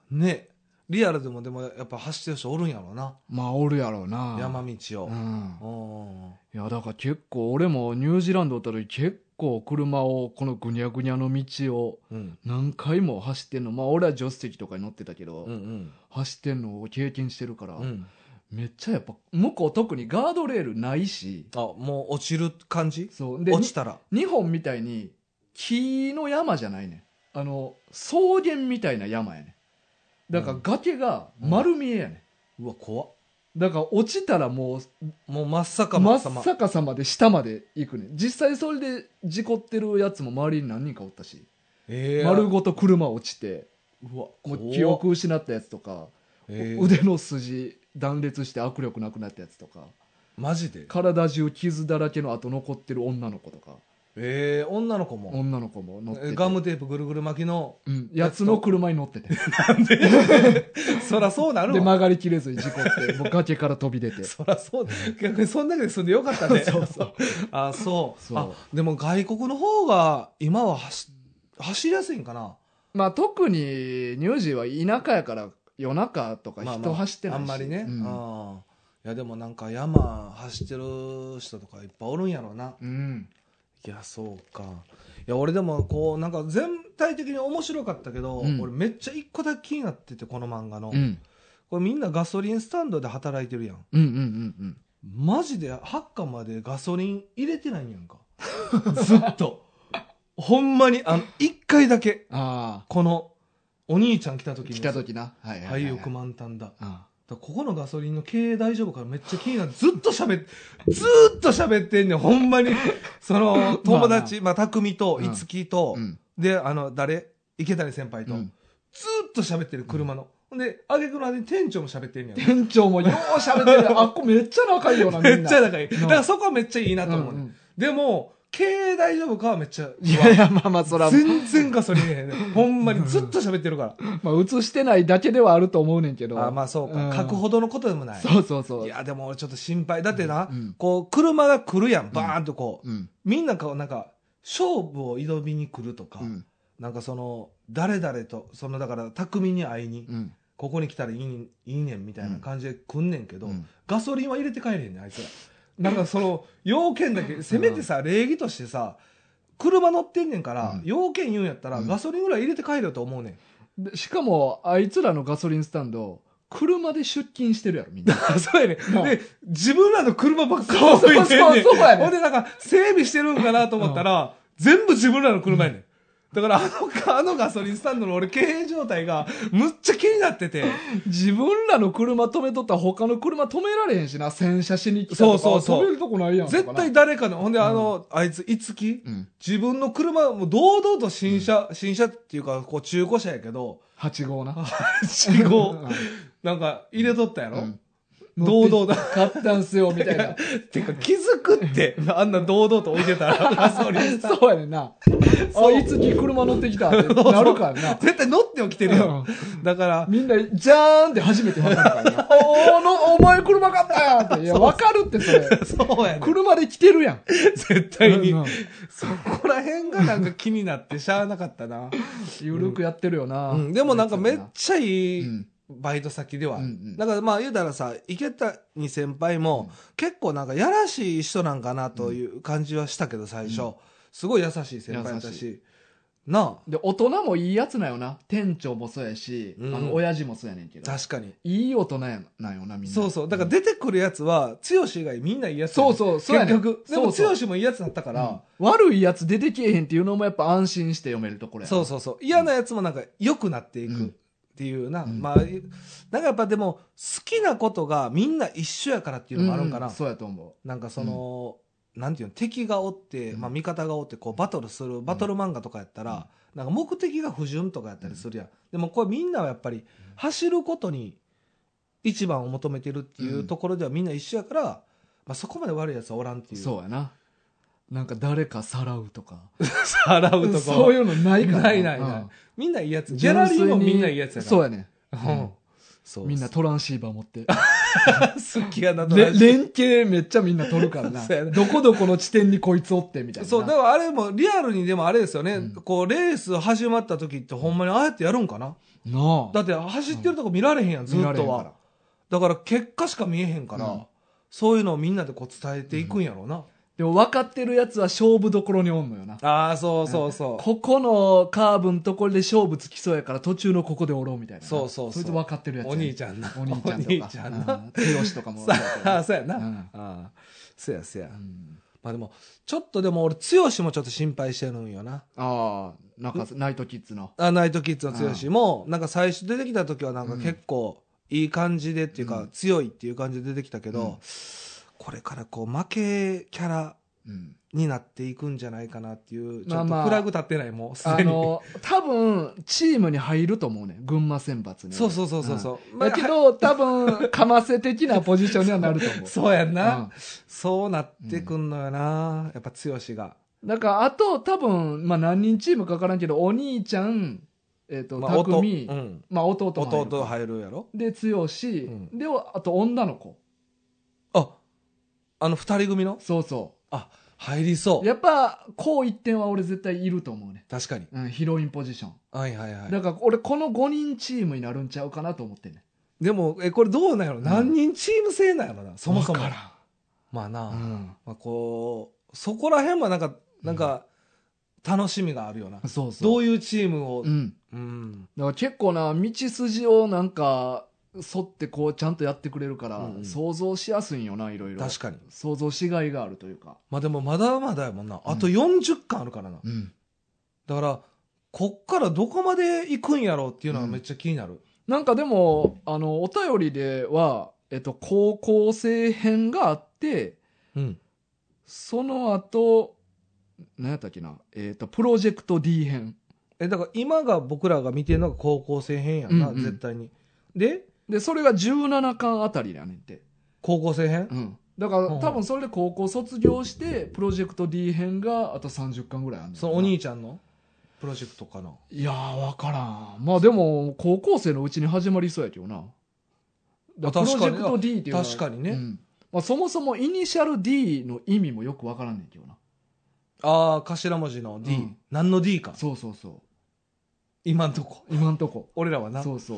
B: ねリアルでもでもやっぱ走ってる人おるんやろな、
A: まあおるやろうな
B: 山道を
A: う、ん
B: うん
A: いやだから結構俺もニュージーランドおった時結構車をこのぐにゃぐにゃの道を
B: うん
A: 何回も走ってんのまあ俺は助手席とかに乗ってたけど、
B: うん
A: 走ってんのを経験してるから、
B: うん
A: めっちゃやっぱ向こう特にガードレールないし
B: あもう落ちる感じ
A: そうで
B: 落ちたら
A: に日本みたいに木の山じゃないねんあの草原みたいな山やねんだから崖が丸見えやね、
B: うわ怖っ
A: ん、だから落ちたらもう
B: もう真っ逆
A: 真
B: 真
A: っ
B: っ逆
A: 逆さまで下まで行くねん実際それで事故ってるやつも周りに何人かおったし
B: ええ
A: 丸ごと車落ちて
B: うわ
A: もう
B: 怖っ
A: 記憶失ったやつとか、
B: ええ
A: 腕の筋断裂して握力なくなったやつとか
B: マジで
A: 体中傷だらけの後残ってる女の子とか
B: ええ女の子も
A: 女の子も乗って
B: え
A: て
B: ガムテープぐるぐる巻 きの
A: うん、やつの車に乗っててで
B: そらそうなるわ
A: 曲がりきれずに事故ってもう崖から飛び出 て
B: そらそう逆にそんだけで済んでよか ったねそうそう あそう
A: そう
B: あでも外国の方が今は走走りやすいんかな
A: まあ特にニュージーは田舎やから夜中とか
B: まあまあ
A: 人走ってないし、
B: あんまりね、
A: う
B: うんん、いやでもなんか山走ってる人とかいっぱいおるんやろな
A: うん
B: いやそうかいや俺でもこうなんか全体的に面白かったけど、
A: うん
B: 俺めっちゃ一個だけ気になっててこの漫画の、
A: うん
B: これみんなガソリンスタンドで働いてるやん
A: うんうんうん
B: マジで8巻までガソリン入れてないんやん かずっとほんまにあの1回だけ
A: あ
B: このお兄ちゃん来た時
A: あ
B: に
A: 来た時なはいはいは
B: 廃
A: い、はい、
B: 屋満タンだ
A: あ
B: だからここのガソリンの経営大丈夫かめっちゃ気になって、ずっと喋って、ずーっと喋ってんねん、ほんまに。その、友達、まあ、匠と、
A: うん
B: いつきと、
A: うん
B: で、あの、誰池谷先輩と、
A: うん
B: ずーっと喋ってる、車の。ほんで、あげくのあれに店長も喋ってんねん。
A: 店長もよう喋って るあっこめっちゃ仲いいよなみん
B: め
A: な
B: っちゃ仲いい。
A: うん
B: だからそこはめっちゃいいなと思うね、
A: うんうん
B: でも、経営大丈夫かはめっちゃ、
A: いやいやまあまあそら
B: 全然ガソリン入れへんねん。ほんまにずっと喋ってるから。
A: まあ映してないだけではあると思うねんけど
B: あ、まあそうか。
A: ん
B: 書くほどのことでもない。
A: そうそうそう
B: いや、でも俺ちょっと心配。だってな、
A: うんうん
B: こう、車が来るやん、バーンとこう。
A: うん
B: みんなこう、なんか、勝負を挑みに来るとか、
A: うん
B: なんかその、誰々と、その、だから、匠に会いに、
A: うん
B: ここに来たらいいいいねんみたいな感じで来んねんけど、
A: うん
B: ガソリンは入れて帰れへんねん、あいつら。なんかその、要件だけ、せめてさ、礼儀としてさ、車乗ってんねんから、
A: うん
B: 要件言うんやったら、
A: うん
B: ガソリンぐらい入れて帰れよと思うねん。
A: でしかもあいつらのガソリンスタンド車で出勤してるやろみんな
B: そうやね
A: うん
B: ん。で、自分らの車ばっかり置いて
A: そ
B: ん
A: うそ
B: ね。
A: うんそうやねん
B: ほんで、なんか、整備してるんかなと思ったら、全部自分らの車やねん。だからあの、あのガソリンスタンドの俺経営状態がむっちゃ気になってて。
A: 自分らの車止めとったら他の車止められへんしな洗車しに来たとか
B: そうそうそう
A: 止めるとこないやん
B: 絶対誰かの、ほんであの、あいつ、いつき
A: うん
B: 自分の車、もう堂々と新車、新車っていうか、こう中古車やけど、
A: 8号な
B: 死後、なんか入れとったやろ、
A: うん
B: 堂々だ。
A: 買ったんすよみたいな
B: てか気づくって、あんな堂々と置いてた ら、ガソリンスタン ド
A: そうやねんなあいつき車乗ってき たってなるから な
B: 絶対乗って起きてるや
A: うん
B: ん。だから、
A: みんな、じゃーんって初めて分かるからな。 おーの、お前車買ったやんって。いや、分かるってそれ。
B: そうやね
A: 車で来てるやん。
B: 絶対に
A: うんうん。
B: そこら辺がなんか気になってしゃあなかったな。
A: ゆるくやってるよな。
B: うんでもなんかめっちゃ
A: う
B: いい
A: ん
B: バイト先では。
A: うんうん
B: だからまあ言うたらさ、池谷先輩も結構なんかやらしい人なんかなという感じはしたけど最初。
A: うん
B: すごい優しい先輩だった
A: 優
B: し。
A: し
B: な
A: で、大人もいいやつなんよな。店長もそうやし、
B: うん
A: あの、親父もそうやねんけ
B: あ、
A: ど。
B: 確かに。
A: いい大人やなんよな、みんな。
B: そうそう。だから出てくるやつは、剛以外みんないいやつや
A: そ
B: ね
A: うそう、そうやね
B: 結
A: ん
B: 局。で
A: そ
B: も
A: うそう
B: 剛もいいやつだったか
A: うん
B: ら、
A: 悪いやつ出てけえへんっていうのもやっぱ安心して読めるところやな
B: そうそうそう。嫌なやつもなんか良くなっていくっていうな。
A: うん
B: まあ、なんかやっぱでも、好きなことがみんな一緒やからっていうのもあるんかな。
A: うんそうやと思
B: なんかその、なんていうの、敵がおって、
A: うん
B: まあ味方がおって、こうバトルする、バトル漫画とかやったら、なんか目的が不純とかやったりするやん。でもこれみんなはやっぱり、走ることに一番を求めてるっていうところではみんな一緒やから、まあそこまで悪いやつはおらんって
A: う。
B: いう。
A: そうやな。なんか誰かさらうとか。
B: さら うとか。
A: そういうのないから
B: ないないないみんないいやつ。 ギャラリーもみんないいやつやから。
A: そうやね
B: うんそう
A: みんなトランシーバー持って。
B: 好きやなと
A: れ連携めっちゃみんな取るからな。
B: そうやな
A: どこどこの地点にこいつおってみたいな。
B: そうだからあれもリアルにでもあれですよね、
A: うん
B: こうレース始まった時ってほんまにああやってやるんかな
A: な
B: だって走ってるとこ見られへんやん、
A: あ。
B: ずっ
A: 見られへん
B: と
A: から
B: は。だから結果しか見えへんから、
A: うん
B: そういうのをみんなでこう伝えていくんやろうな、
A: でも分かってるやつは勝負どころにおんのよな。
B: ああそうそうそう、
A: ここのカーブのところで勝負つきそうやから途中のここでおろうみたいな。
B: そうそうそう
A: そいつ分かってるやつや
B: お
A: ね。
B: 兄ちゃんな
A: お兄ちゃん
B: お兄
A: と
B: ち
A: か。
B: ゃんな
A: うん剛とかもそう
B: さ
A: やけど
B: あ
A: な。
B: そうやな、
A: うん
B: ああそうやそうや、
A: うん
B: まあでもちょっとでも俺剛もちょっと心配してるんよな
A: ああ、なんかナイトキッズの。
B: あナイトキッズの剛も、なんか最初出てきた時はなんか結構いい感じでっていう
A: う
B: か、
A: ん
B: 強いっていう感じで出てきたけど、
A: うん
B: これからこう負けキャラ
A: うん
B: になっていくんじゃないかなっていう、ちょ
A: まあ
B: っ
A: ま
B: と
A: あ
B: フラグ立ってない、もうす
A: あ
B: でに。
A: の、多分、チームに入ると思うねん。群馬選抜に。
B: そうそうそうそうそう。
A: うん。
B: まあ
A: だけど、多分、かませ的なポジションにはなると思う。
B: そうやん
A: う
B: な、
A: ん。
B: そうなってくんのよな。やっぱ剛が。
A: だから、あと、多分、まあ、何人チームか分からんけど、お兄ちゃん、えっ、と、
B: まあ、弟、う
A: 匠、
B: ん、
A: まあ、弟も入る
B: 弟入るやろ
A: で、強し、
B: うん
A: で、あと、女の子。
B: あ、あの二人組の
A: そうそ。
B: あ、入りそうう。
A: やっぱ、こう一点は俺絶対いると思うね。
B: 確かに。
A: うん、ヒロインポジション。
B: はいはいはい。
A: だから、俺、この5人チームになるんちゃうかなと思ってんねん。
B: でも、え、これどうなんやろ、何人チーム制なんやろな、そもそも。
A: わか
B: まあな、
A: らんうん。
B: まあこう、そこら辺はなんか、なんか、楽しみがあるよな。
A: そうそう。
B: どういうチームを、
A: うん。
B: うん。
A: だから結構な道筋をなんか沿ってこうちゃんとやってくれるから、
B: うんうん
A: 想像しやすいんよないろいろ
B: 確かに。
A: 想像しがいがあるというか、
B: まあでもまだまだやもんな。あと40巻あるからな。だから、こっからどこまで行くんやろうっていうのはめっちゃ気になる。
A: なんかでもあのお便りでは、えっと、高校生編があって
B: うん。
A: その後何やったっけな、えっとプロジェクト D 編
B: え、だから今が僕らが見てるのが高校生編やんな、
A: うんうん
B: 絶対に。で、
A: でそれが17巻あたりだねんて、
B: 高校生編、
A: うん、だから、
B: うん
A: 多分それで高校卒業してプロジェクト D 編があと30巻ぐらいある
B: そのお兄ちゃんのプロジェクトかな。
A: いやー、わからん。まあでも、高校生のうちに始まりそうやけどな。だからプロ
B: 確
A: ジ
B: か
A: ェ
B: に
A: クト D っていうのは
B: 確かにね
A: うんまあ、そもそもイニシャル D の意味もよくわからんねんけどな。
B: ああ、頭文字の D。
A: うん
B: 何の D か。
A: そうそうそ
B: 今んとこ。
A: う。今んとこ。
B: 俺らはな。
A: そうそう。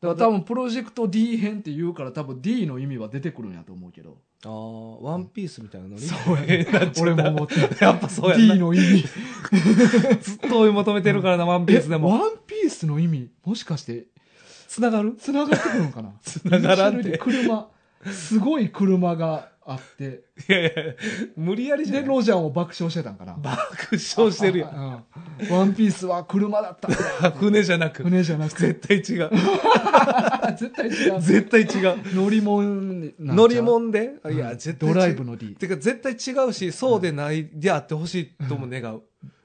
A: だから多分プロジェクト D 編って言うから多分 D の意味は出てくるんやと思うけど。
B: ああ、ワンピースみたいなのに。
A: そうやね 俺も思ってる。
B: やっぱそうやん
A: D
B: な。
A: の意 味。
B: ずっと追い求めてるからな、ワンピースで
A: えワ
B: も。
A: ンピースの意味、もしかして、
B: つながる
A: 繋がってくるのかな
B: つながらん
A: イニシャル D
B: て。
A: 車。すごい車が、あ って
B: いやいや無理やりじゃ
A: で
B: ない
A: ロジャーも爆笑してたんかな
B: 爆笑してるやん
A: ん、うんワンピースは車だった んだ
B: 船じゃなく
A: 船じゃなくて
B: 絶対違う
A: 絶対違う
B: 絶対違う
A: 乗り物になっちゃう
B: 乗り物でいや
A: うん
B: 絶対違
A: ド
B: う
A: ライブの D
B: てか絶対違うしそうでないであってほしいとも願う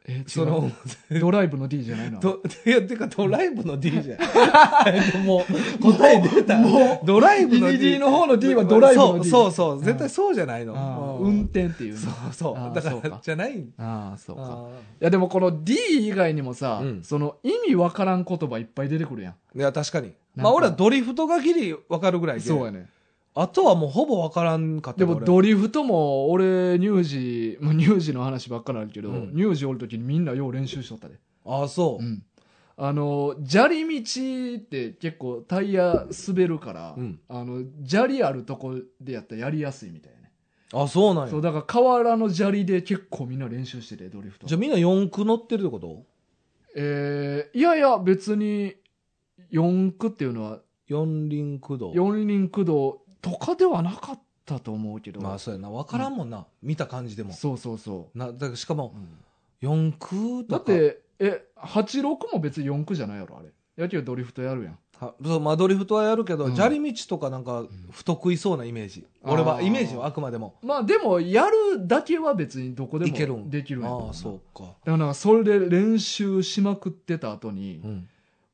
A: え違う
B: その
A: ドライブの D じゃないの
B: どいやてかドライブの D じゃ んもう答え出た
A: も
B: ドライブの
A: DD の方の D はドライブの D
B: そうそうそう絶
A: う
B: 対
A: ん
B: そうじゃないの
A: あー
B: うん
A: 運転っていうね
B: そうそう
A: あー
B: だか
A: そう
B: ら
A: か
B: じゃない
A: ああそうか
B: あ
A: いやでもこの D 以外にもさ、
B: うん
A: その意味わからん言葉いっぱい出てくるやん
B: ーいや確かに
A: なん
B: まあ
A: か
B: 俺はドリフトがギリ分かるぐらいで
A: そうやね
B: あとはもうほぼ分からんかった
A: で
B: よ
A: も
B: 俺
A: ドリフトも俺乳児、まあ、乳児の話ばっかなんだけど、
B: うん
A: 乳児おる時にみんなよう練習しとったで、
B: ああそう
A: うんあの砂利道って結構タイヤ滑るから、
B: うん
A: あの砂利あるとこでやったらやりやすいみたいなね、
B: あそうなん
A: そ
B: や
A: うだから河原の砂利で結構みんな練習しててドリフト
B: じゃあみんな四駆乗ってるってこと
A: えーいやいや別に四駆っていうのは
B: 四輪駆動
A: 四輪駆動とかではなかったと思うけど、
B: まあそうやな分からんもんな見た感じでも
A: そうそうそ
B: なだからしか
A: う、
B: も四駆
A: だ
B: と
A: っ
B: か
A: てえ86も別に四駆じゃないやろあれ野球ドリフトやるやん
B: はそうまあドリフトはやるけど、
A: うん
B: 砂利道とかなんか不得意そうなイメージ、
A: あー
B: 俺はイメージはあくまでも
A: まあでもやるだけは別にどこで
B: いける
A: も
B: ん
A: できるんやと思う
B: ああ
A: な
B: そうか、
A: だからなんかそれで練習しまくってた後に、
B: うん、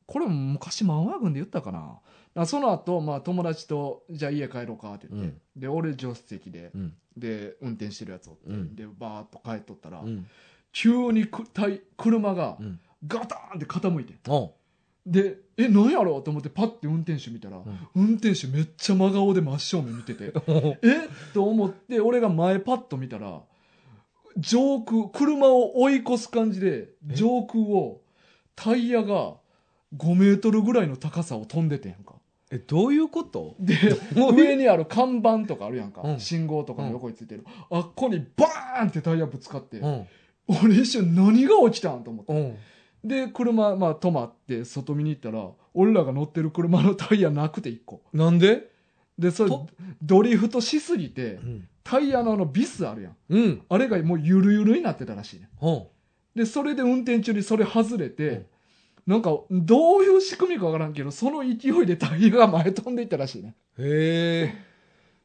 A: これも昔漫画軍で言ったかなだからその後、まあ友達とじゃあ家帰ろうかって言って、で俺助手席で
B: うん
A: で運転してるやつを、
B: うん
A: でバーッと帰っとったら、
B: うん
A: 急にくたい車が
B: うん
A: ガタンって傾いて
B: おう
A: でえ何やろうと思ってパッて運転手見たら、
B: ん
A: 運転手めっちゃ真顔で真正面見て てえと思って俺が前パッと見たら上空車を追い越す感じで
B: え
A: 上空をタイヤが5メートルぐらいの高さを飛んでてんやんか
B: えどういうこと
A: で
B: もう
A: 上にある看板とかあるやんか、
B: うん
A: 信号とかの横についてる、あっこにバーンってタイヤぶつかって、
B: うん
A: 俺一瞬何が起きたんと思って
B: うん
A: で車、まあ、止まって外見に行ったら俺らが乗ってる車のタイヤなくて1個
B: なんで
A: でそれ
B: と
A: ドリフトしすぎて
B: うん、
A: タイヤのあのビスあるやん
B: うん
A: あれがもうゆるゆるになってたらしいね
B: お
A: でそれで運転中にそれ外れて、なんかどういう仕組みかわからんけどその勢いでタイヤが前飛んでいったらしいね
B: うへえ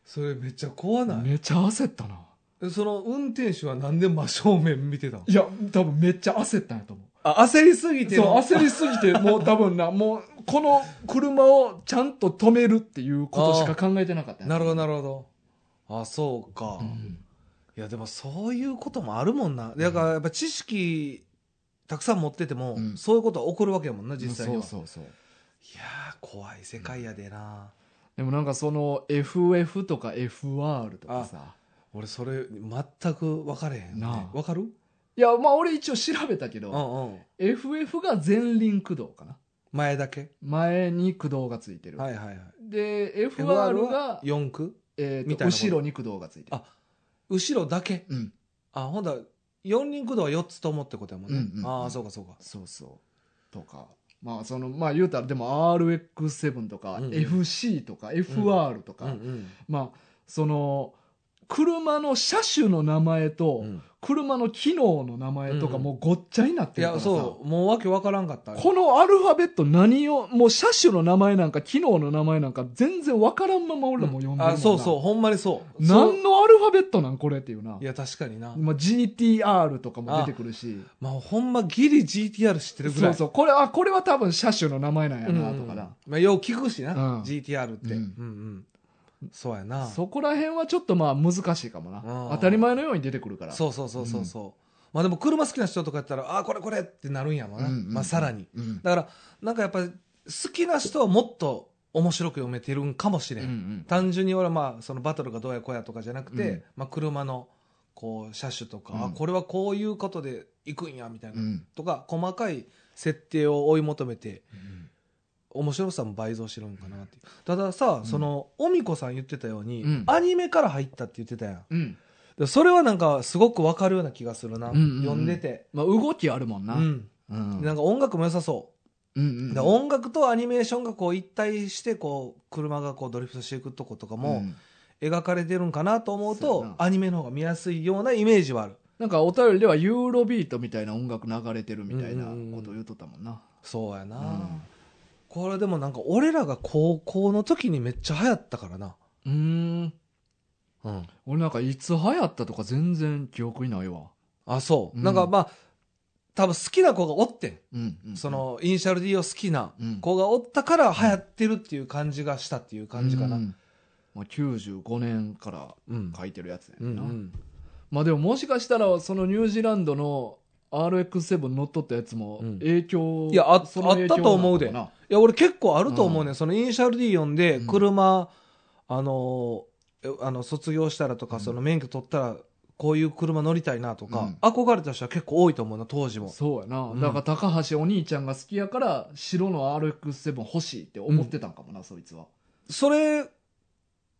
B: それめっちゃ怖ない、
A: めちゃ焦ったな
B: えその運転手はなんで真正面見てたの
A: いや多分めっちゃ焦ったんやと思う
B: あ焦りすぎて
A: そう
B: の
A: 焦りすぎてもう多分なもうこの車をちゃんと止めるっていうことしか考えてなかったんや
B: なるほどなるほどあそうか、
A: うん
B: いやでもそういうこともあるもんなだからやっぱ知識たくさん持ってても、
A: うん
B: そういうことは起こるわけやもんな実際には
A: そうそうそう
B: いやー怖い世界やでな、
A: でもなんかその FF とか FR とかさ
B: 俺それ全く分かれへんね
A: なあ
B: 分かる
A: いやまあ俺一応調べたけ
B: う
A: ど
B: んうん
A: FF が前輪駆動かな
B: 前だけ
A: 前に駆動がついてる、
B: はいはいはい
A: で
B: FR
A: FR
B: は
A: が、
B: 4区
A: えー
B: み
A: と
B: たいなこと
A: 後ろに駆動がついてる
B: あ後ろだけ
A: うん
B: あほんだ四輪駆動は4つともってことやもんね、
A: うんうん
B: ああそうかそうか
A: そうそうとかまあそのまあ言うたらでも RX7 とか
B: うんうん
A: FC とか FR とか、
B: うん
A: まあその車の車種の名前
B: うん、
A: と
B: うん、
A: 車の機能の名前とかもうごっちゃになっ
B: い
A: てるか
B: や
A: らさ、
B: そうもうわけ分からんかった
A: このアルファベット何を、もう車種の名前なんか、機能の名前なんか、全然わからんまま俺らも読んでるもんな、
B: あそうそうほんまにそうそう
A: 何のアルファベットなんこれっていうな。
B: いや確かにな
A: まあ、GTR とかも出てくるし。
B: まあ、ほんまギリ GTR 知ってるぐ
A: そ
B: ら
A: う
B: い。
A: そう。これ、あ、これは多分車種の名前なんや
B: うん
A: な、とかな。
B: まあ、よう聞くしな、
A: うん
B: GTR って。
A: うんん
B: ううんそうやな。そ
A: そこら辺はちょっとまあ難しいかもな。
B: うん
A: 当たり前のように出てくるから。
B: うそうそうそうそう。まあでも車好きな人とかやったら、あ、これこれってなるんやろな。
A: うんうんうん
B: まあさらに。
A: うん。うん
B: だから、なんかやっぱ、好きな人はもっと面白く読めてるんかもしれ。
A: うんん。
B: 単純に俺はまあ、そのバトルがどうやこうやとかじゃなくて、
A: うん
B: まあ車の、こう、車種とか、
A: うん
B: あこれはこういうことで行くんや、みたいな。
A: うん
B: とか、細かい設定を追い求めて、面白さも倍増してるんかなっていうたださ、
A: ん
B: そのおみこさん言ってたように、
A: うん
B: アニメから入ったって言ってたやん
A: うん。
B: でそれはなんかすごくわかるような気がするな、
A: うんうんうん
B: 読んでて、
A: まあ動きあるもんな。
B: う。ん
A: うん。
B: なんか音楽も良さそ
A: うん
B: う、
A: うん。
B: で音楽とアニメーションがこう一体してこう車がこうドリフトしていくとことか
A: う
B: も、
A: ん
B: 描かれてるんかなと思う
A: そう
B: と
A: やな
B: アニメの方が見やすいようなイメージはある
A: なんかお便りではユーロビートみたいな音楽流れてるみたいなことを言うとったもんな。
B: そうやな、
A: うん
B: これでもなんか俺らが高校の時にめっちゃ流行ったからな
A: うーん。
B: うん
A: 俺なんかいつ流行ったとか全然記憶にないわ。
B: あそう、
A: うん
B: なんかまあ多分好きな子がおって
A: うん、うんん。
B: そ、のイニシャル D を好きな
A: うん、
B: 子がおったから流行ってるっていう感じがしたっていう感じかな
A: うんまあ、95年から
B: うん
A: 書いてるやつや
B: うんん
A: な、
B: うん
A: まあでももしかしたらそのニュージーランドの RX7 乗っ取ったやつも
B: うん
A: 影響、
B: いやあ
A: その影響
B: あったと思うで
A: なのか
B: いや俺結構あると思うね、ん、そのイニシャル D 読んで
A: うん
B: 車、あのえあの卒業したらとか、
A: うん
B: その免許取ったらこういう車乗りたいなとか、
A: うん
B: 憧れた人は結構多いと思うな当時
A: な
B: も
A: そうやな、
B: うん
A: だから高橋お兄ちゃんが好きやから白の RX7 欲しいって思ってたんかもな、そいつは
B: それ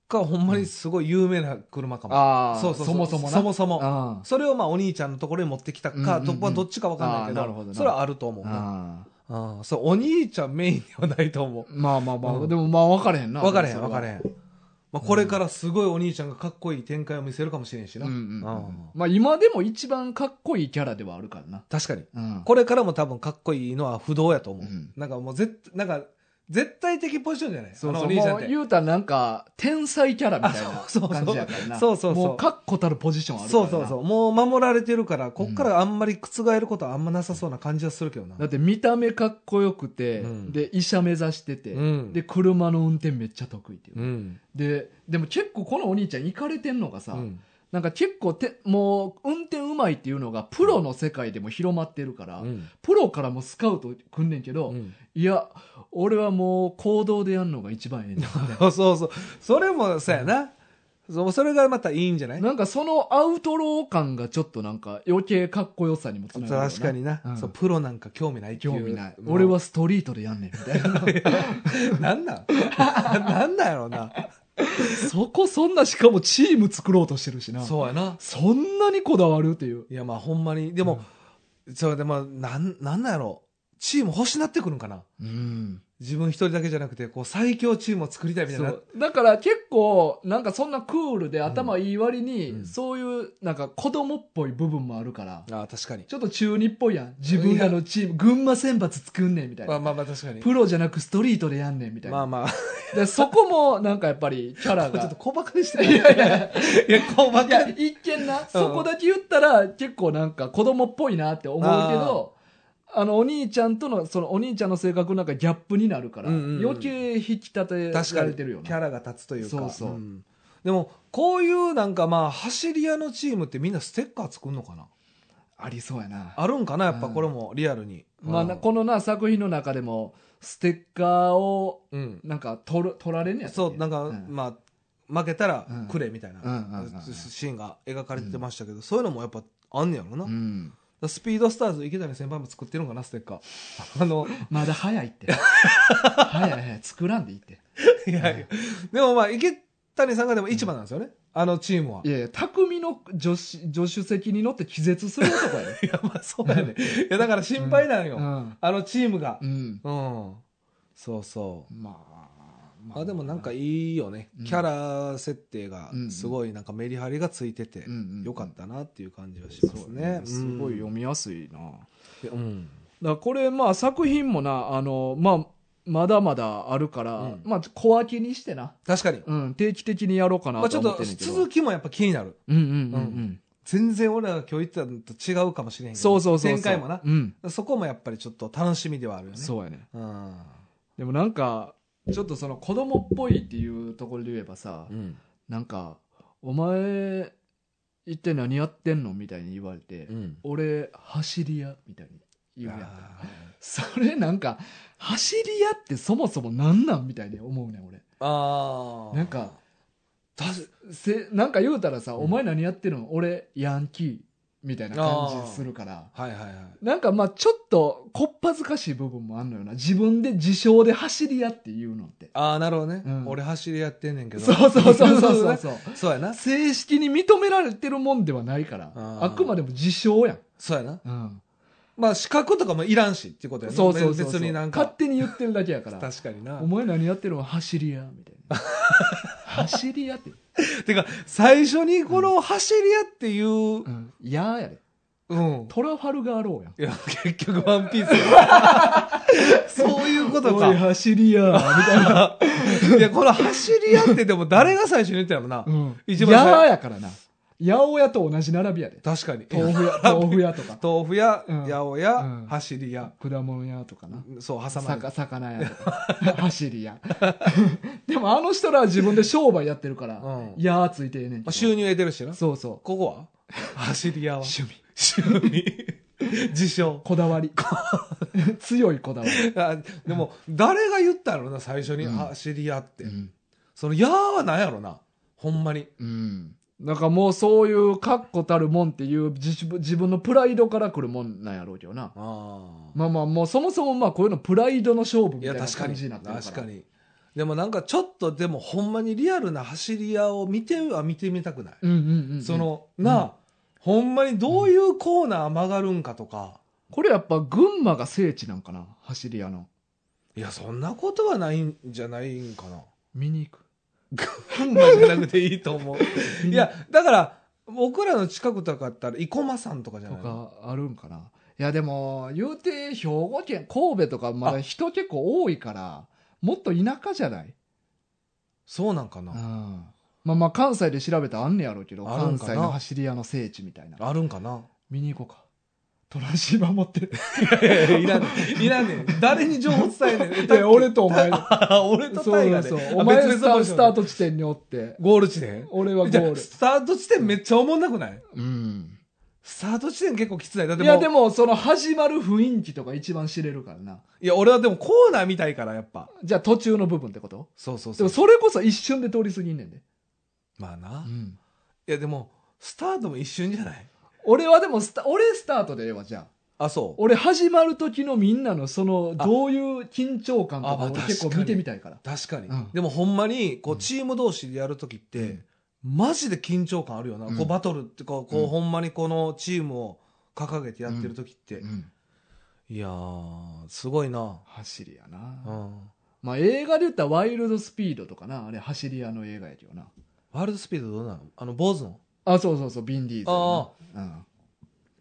B: がほんまにすごい有名な車かも、
A: あ
B: そ
A: そうう
B: そ
A: そうう
B: そ
A: そもそ
B: う
A: もな
B: そもそも
A: あ
B: それをまあお兄ちゃんのところに持ってきたか、
A: うんうんうん
B: どまあどっちか分かんないけ
A: あーな
B: ど
A: るほどな
B: それはあると思う
A: あ
B: な
A: ああ
B: うんそうお兄ちゃんメインではないと思う
A: まあまあまあ、
B: うん
A: でもまあ分かれへんな
B: 分かれへん
A: そ
B: 分
A: は
B: かれへん、まあ、これからすごいお兄ちゃんがかっこいい展開を見せるかもしれんしな、
A: うんうんうん
B: うん
A: まあ今でも一番かっこいいキャラではあるからな
B: 確かに
A: うん
B: これからも多分かっこいいのは不動やと思う。
A: うん
B: なんかもう絶、なんか、絶対的ポジションじゃない
A: そう
B: あ
A: そ
B: の
A: う、
B: お兄ちゃん
A: も
B: っ
A: う
B: て。
A: 言うたらなんか、天才キャラみたい
B: あそうそうそ
A: な
B: う
A: 感じやからな。
B: そうそうそう
A: もう確固たるポジションあるからな。
B: そうそうそう。もう守られてるから、こっからあんまり覆えることはあんまなさそうな感じはするけどな。
A: だって見た目かっこよくて、
B: うん
A: で、医者目指してて、
B: うん
A: で、車の運転めっちゃ得意っていう。
B: うん。
A: で、でも結構このお兄ちゃん行かれてんのがさ、
B: うん
A: なんか結構て、もう運転うまいっていうのがプロの世界でも広まってるから、
B: うん
A: プロからもスカウトくんねんけど、
B: うん
A: いや、俺はもう行動でやるのが一番ええねんだって。
B: そうそうそう。それも、そうやな。そうそれがまたいいんじゃ ない
A: なんかそのアウトロー感がちょっとなんか余計かっこよさにもつながるよな。
B: 確かにな、
A: うん
B: そう。プロなんか興味ないってい
A: 興
B: う
A: 味ない。
B: もう
A: 俺はストリートでやんねんみたいな。
B: なんなん なんなんやろうな。
A: そこそんなしかもチーム作ろうとしてるしな。
B: そうやな。
A: そんなにこだわるっていう。
B: いや、まあほんまに。でも、それでまあ、なん、なんなんやろう。チーム欲しなってくるんかな。
A: うん。
B: 自分一人だけじゃなくて、こう、最強チームを作りたいみたい
A: そ
B: な。
A: う。だから結構なんかそんなクールで頭いい割に、
B: うん
A: そういうなんか子供っぽい部分もあるから。
B: ああ、確かに。
A: ちょっと中二っぽいやん。自分らのチーム、群馬選抜作んねんみたい
B: まあ
A: な。
B: まあまあ、確かに。
A: プロじゃなくストリートでやんねんみたい
B: まあ
A: な。
B: まあ、ち
A: で、そこもなんかやっぱりキャラ
B: ょ
A: が。
B: っと小馬鹿にしてない。
A: いやいやいや
B: いや、小馬
A: いや
B: 鹿に。
A: 一見な、そこだけ言ったら結構なんか子供っぽいなって思うけど、あのお兄ちゃんとの、そのお兄ちゃんの性格なんかギャップになるから、
B: うんうんうん
A: 余計引き立て
B: 確から
A: れ
B: に。
A: てるよ
B: キ
A: な。
B: ャラが立つというか。
A: そうそうん
B: でも、こういうなんかまあ、走り屋のチームってみんなステッカー作るのかな
A: ありそうやな。
B: あるんかなやっぱこれもリアルに。
A: まあな、
B: うん
A: このな、作品の中でも、ステッカーを、
B: うん。
A: なんか取る、取られんねやったっ
B: そ
A: け
B: う、なんか、
A: うん
B: まあ、負けたら
A: うん
B: くれみたいな、
A: うんうんうんうん
B: シーンが描かれてましたけど、そういうのもやっぱあんねやろな。
A: う
B: だか
A: ん
B: らスピードスターズ池谷先輩も作ってるんかな、ステッカ ー。あの、
A: まだ早い って。早い早い、作らんでいいって。
B: いやいや。でもまあ、池谷さんがでも一番なんですよね。あのチームは。
A: いやいや、匠の助手助手席に乗って気絶する男やね。
B: いや、まあそうやね。いや、だから心配なんよ。
A: うん。
B: あのチームが
A: う。ん。
B: うん。そうそう。
A: まあ、ま
B: あでもなんかいいよね、
A: うん
B: キャラ設定が
A: うん
B: すごいなんかメリハリがついてて
A: うんうん
B: よかったなっていう感じはします
A: そう
B: ね
A: ね、、
B: うん
A: すごい読みやすいな。だか
B: うん
A: らこれ、まあ作品もな、あの、まあ、まだまだあるから、
B: うん
A: まあ小分けにしてな、
B: 確かに
A: うん、定期的にやろうかな
B: まあ、ち
A: と
B: ょっ
A: 思っ
B: と
A: てんねんけど。
B: 続きもやっぱ気になる
A: うんうんうん
B: 全然俺らが今日言ってたのと違うかもしれへ
A: うんん。
B: けど
A: そうそうそうそう。
B: 展開もな
A: うん。
B: そこもやっぱりちょっと楽しみではあるよね
A: そうやね。
B: うん、
A: でもなんか、ちょっとその子供っぽいっていうところで言えばさ、
B: うん
A: なんか、お前、一体何やってんのみたいに言われて、
B: うん、
A: 俺、走り屋みたいに言うやんか。
B: あ
A: それなんか、走り屋ってそもそもなんなんみたいに思うねん、俺。
B: ーあー
A: なんか、せ、なんか言うたらさ、
B: うん
A: お前何やってるの俺、ヤンキー。みたいな感じするから。
B: はいはいはい
A: なんかまあちょっと、こっぱずかしい部分もあんのよな。自分で自称で走り屋っていうのって。
B: ああなるほどね、
A: うん
B: 俺走りやってんねんけど
A: そうそうそうそうそう
B: そ
A: そう。
B: う そうやな
A: 正式に認められてるもんではないから、
B: あ
A: あ
B: ー
A: くまでも自称やん。
B: そうやな
A: うん。
B: まあ資格とかもいらんしっていうことやね
A: そうそうそうそう。
B: 別になん
A: 勝
B: か
A: 手に言ってるだけやから。
B: 確かにな
A: お前何やってるの走り屋みたいな。走り屋って。
B: てか、最初にこの走り屋っていう、うん
A: う。ん。いやーやで。トラファルガーローやん。
B: いや、結局ワンピー ス。そういうこと
A: おい、
B: か。
A: 走り屋み たいな。
B: いや、この走り屋ってでも誰が最初に言ったやろな。
A: うん。
B: 一番最
A: やーやからな。八百屋と同じ並びやで。
B: 確かに。
A: 豆腐屋、豆腐屋とか、
B: 豆腐屋、
A: うん
B: 八百屋、
A: うん
B: 走り屋。
A: 果物屋とかな。
B: そう、挟まれ
A: 魚魚屋とか 走り屋 でもあの人らは自分で商売やってるから、
B: うん
A: いやーついてええねんけど
B: まあ収入得てるしな。
A: そうそ
B: ここは走り屋
A: う
B: は。
A: 趣味
B: 趣味。 自称。
A: こだわ り強いこだわり、
B: あでも、誰が言ったやろな、最初に。
A: うん
B: 走り屋って。
A: ん
B: その、やーは何やろな。ほんまに。
A: うん、なんかもうそういう確固たるもんっていう自自分のプライドからくるもんなんやろうけどな
B: ああ。
A: まあまあもうそもそもまあこういうのプライドの勝負み
B: い
A: たい
B: や、
A: な
B: 確か
A: 感じに
B: に。
A: なってるから
B: 確かに。でもなんかちょっとでもほんまにリアルな走り屋を見ては見てみたくない、
A: うんうんうん
B: その、
A: うん
B: なあ、ほんまにどういうコーナー曲がるんかとか。
A: これやっぱ群馬が聖地なんかな走り屋の
B: いや、そんなことはないんじゃないんかな。
A: 見に行く
B: 群馬じゃなくていいと思 う。いや、だから、僕らの近くとかだったら、生駒さんとかじゃ
A: と
B: ないの
A: かあるんかないやでも言うて兵庫県神戸とかまだ
B: あ
A: 人結構多いからもっと田舎じゃない、
B: そうなんか
A: う
B: な、
A: ん、まあまあ関西で調べたらあんねやろうけど
B: あるん
A: 関
B: かな
A: 西の走り屋の聖地みたいな
B: あるんかな
A: 見に行こうかトランシーバー持って
B: いやいやいらんねん。 いらんねん。誰に情報伝えんねん。
A: いや俺とお前
B: あ俺と
A: そ
B: タイガ
A: う
B: で。
A: そう
B: あ
A: お前ス
B: 別々
A: タ
B: の場所
A: スタート地点におって
B: ゴール地点
A: 俺はゴ
B: じゃ
A: ー
B: あ
A: ル
B: スタート地点めっちゃおもんなくない
A: うん
B: スタート地点結構きつない。だって
A: い
B: もう
A: やでもその始まる雰囲気とか一番知れるからない
B: や俺はでもコーナーみたいから、やっぱ。
A: じゃあ途中の部分ってこと
B: そうそう
A: で
B: そう。
A: もそれこそ一瞬で通り過ぎんねんで、
B: まあな、
A: う
B: い
A: ん、
B: やでも、スタートも一瞬じゃない
A: 俺はでもスタ俺スタートでええわじゃあ
B: あ、そう。
A: 俺始まる時のみんなのその
B: あ
A: どういう緊張感とか
B: あ
A: を
B: まあ
A: 結構見てみたいから
B: 確かに、
A: うん
B: でもほんまにこ
A: う
B: うんチーム同士でやるときって、
A: うん
B: マジで緊張感あるよな、
A: うん
B: こうバトルっていうかこう、
A: うん
B: ほんまにこのチームを掲げてやってるときって、
A: うん
B: いやーすごいな、
A: 走りや
B: う、
A: なんまあ映画で言ったらワイルドスピードとかなあれ走り屋の映画やけどな
B: ワールドスピードどうなのあの坊主の
A: あそうそうそうビンディーズ
B: あ
A: やな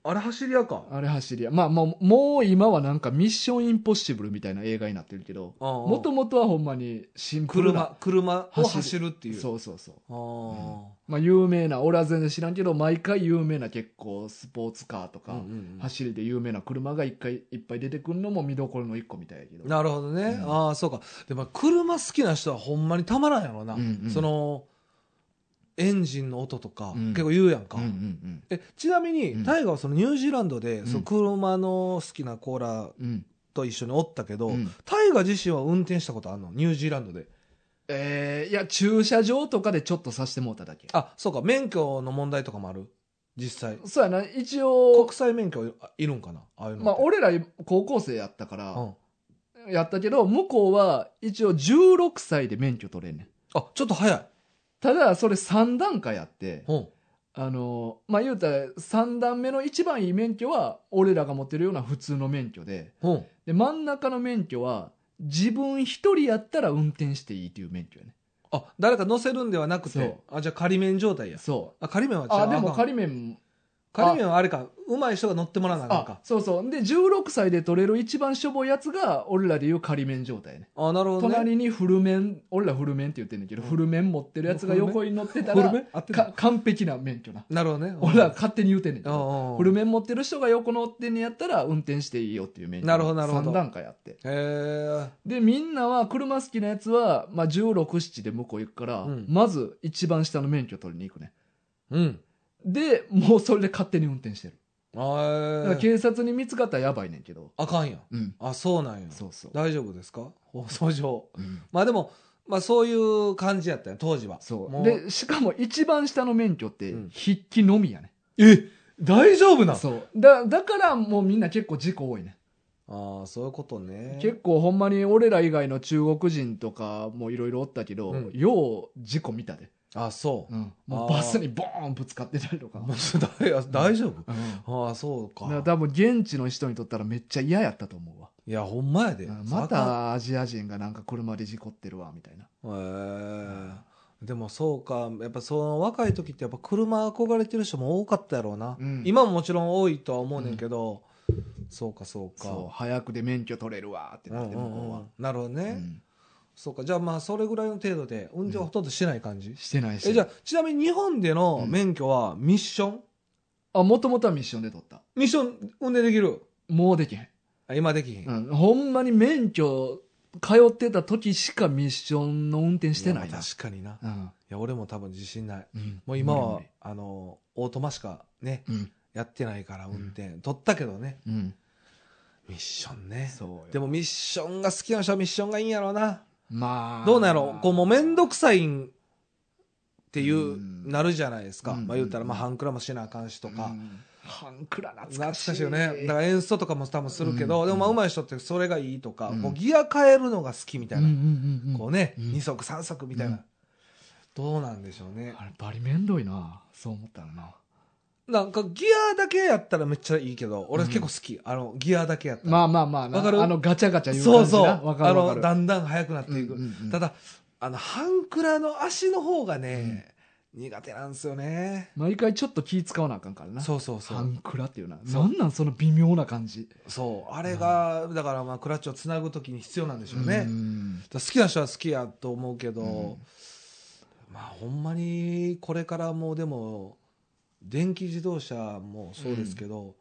B: あれ走り屋か
A: うんあれ走り屋まあもうもう今はなんかミッションインポッシブルみたいな映画になってるけども
B: も
A: ともとはほんまにシンプルな
B: 車車を走
A: 走
B: るっていう
A: そうそうそう
B: あー
A: まあ有名な俺は全然知らんけど毎回有名な結構スポーツカーとか、
B: うんうん
A: 走りで有名な車が一回いっぱい出てくるのも見どころの一個みたいやけど。
B: なるほどね、
A: うん
B: ああそうかでも車好きな人はほんまにたまらんやろな、
A: うんうん
B: そのエンジンの音とか、
A: うん
B: 結構言うやんか、
A: うんうん
B: えちなみに、
A: うん
B: タイガーはそのニュージーランドで、
A: ん
B: その車の好きなコーラ
A: うん。うん。
B: と一緒におったけど、
A: うん
B: タイガー自身は運転したことあるのニュージーランドで
A: えーいや、駐車場とかでちょっとさしてもうただけ。
B: あそうか免許の問題とかもある実際
A: そうやな、一
B: 国
A: 応、
B: 際免許いるんかなああいうのって
A: まあ俺ら高校生やったか
B: う
A: ら、
B: ん、
A: やったけど、向こうは一応16歳で免許取れんねん。
B: あちょっと早い、
A: ただ、それ3段階あって、
B: うん、
A: あの、まあ言うたら3段目の一番いい免許は、俺らが持ってるような普通の免許で、
B: うん、
A: で、真ん中の免許は、自分一人やったら運転していいっていう免許やね。
B: あ誰か乗せるんではなく
A: そ
B: て
A: う
B: あじゃあ仮免状態や
A: そう。
B: あ仮免は違う
A: あでも
B: かん
A: 仮面
B: 仮免はあれか上手い人が乗ってもらわなあかん
A: あ
B: か
A: そうそうで16歳で取れる一番しょぼいやつが俺らでいう仮面状態ね
B: あなるほどね
A: 隣にフル面俺らフル面って言ってんだけど、
B: うん
A: フル面持ってるやつが横に乗ってた
B: フル
A: ら
B: 免合って
A: か
B: た
A: 完璧な免許な
B: なるほど ね
A: 俺ら勝手に言うてんねんけどフ
B: フ
A: ル面持ってる人が横乗ってんねやったら運転していいよっていう免許
B: なるほどなるほど
A: 3段階あって
B: へえ
A: でみんなは車好きなやつは、まあ、1617で向こう行くから、
B: うん
A: まず一番下の免許取りに行くね
B: うん
A: でもうそれで勝手に運転してるだか
B: あ
A: ら警察に見つかったらやばいねんけど
B: あかんやん
A: うん
B: あそうなんや
A: そうそう。
B: 大丈夫ですか放送上
A: うん
B: まあでもまあそういう感じやったよ当時は
A: そ
B: も
A: う。で、しかも一番下の免許って
B: うん
A: 筆記のみやね。
B: え大丈夫な
A: そう。だ、だからもうみんな結構事故多いね。
B: ああそういうことね
A: 結構ほんまに俺ら以外の中国人とかもいろいろおったけど、
B: うん
A: よう事故見たで。
B: あそう
A: もう
B: あー
A: バスにボーンぶつかってたりとか。
B: もうちょっと大大
A: う
B: 丈
A: ん
B: 夫ああそう
A: だから
B: か
A: 多分現地の人にとったらめっちゃ嫌やったと思うわ。
B: いやほんまやで
A: うんまたアジア人がなんか車で事故ってるわ、みたいな。
B: へえでもそうかやっぱその若い時ってやっぱ車憧れてる人も多かったやろうな、
A: うん
B: 今ももちろん多いとは思うねんけど、そうかそうか
A: そう早くで免許取れるわって
B: うん
A: なって
B: う
A: 向
B: ん
A: こうは
B: うん、なるほどね、
A: うん
B: そうかじゃあまあそれぐらいの程度で運転はほとんどしてない感じ、
A: してないし
B: えじゃあちなみに日本での免許はミッション、
A: あもともとはミッションで取った
B: ミッション運転できる
A: もうできへん、
B: あ今できひん、
A: うん、ほんまに免許通ってた時しかミッションの運転してないな
B: いやまあ確かにない
A: うん
B: や俺も多分自信ない
A: うん
B: もう今は
A: 無理
B: あのオートマしかね
A: 無理うん
B: やってないから運転、取ったけどね
A: うん
B: ミッションね
A: そう
B: で
A: でも
B: もミッションが好きな人はミッションがいいんやろうな
A: まあ
B: どうなんやろうこうもう面倒くさいんっていう、
A: うん
B: なるじゃないですか、
A: うん
B: まあ言ったらまあ半クラもしなあかんしとか、
A: うん半クラ懐
B: 懐
A: か
B: か
A: しい
B: しいよねだから演奏とかも多分するけど、
A: うん
B: でもまあ上手い人ってそれがいいとか、
A: うん
B: こうギア変えるのが好きみたいな、
A: うんうんうんうん
B: こうね、
A: うん
B: 二2足3足みたい
A: う
B: な、
A: ん
B: どうなんでしょうね
A: あれバリめんどいなそう思ったらな
B: なんかギアだけやったらめっちゃいいけど俺結構好き、あのギアだけやったら、
A: まあまあまあな
B: わかる
A: あのガチャガチャ言う
B: そ
A: 感
B: う
A: じな
B: そう
A: わかるわか
B: あの
A: る
B: だんだん速くなっていく、
A: うんうんうん
B: ただあの半クラの足の方がね、苦手なんですよね
A: 毎回ちょっと気使わなあかんからな
B: そうそうそ
A: ハ
B: う
A: ンクラっていうな
B: そう
A: なんなんその微妙な感じ
B: そうあれがだからまあクラッチをつなぐ時に必要なんでしょうね、
A: うん
B: だから好きな人は好きやと思うけど、
A: うん
B: まあほんまにこれからもうでも電気自動車もそうですけど、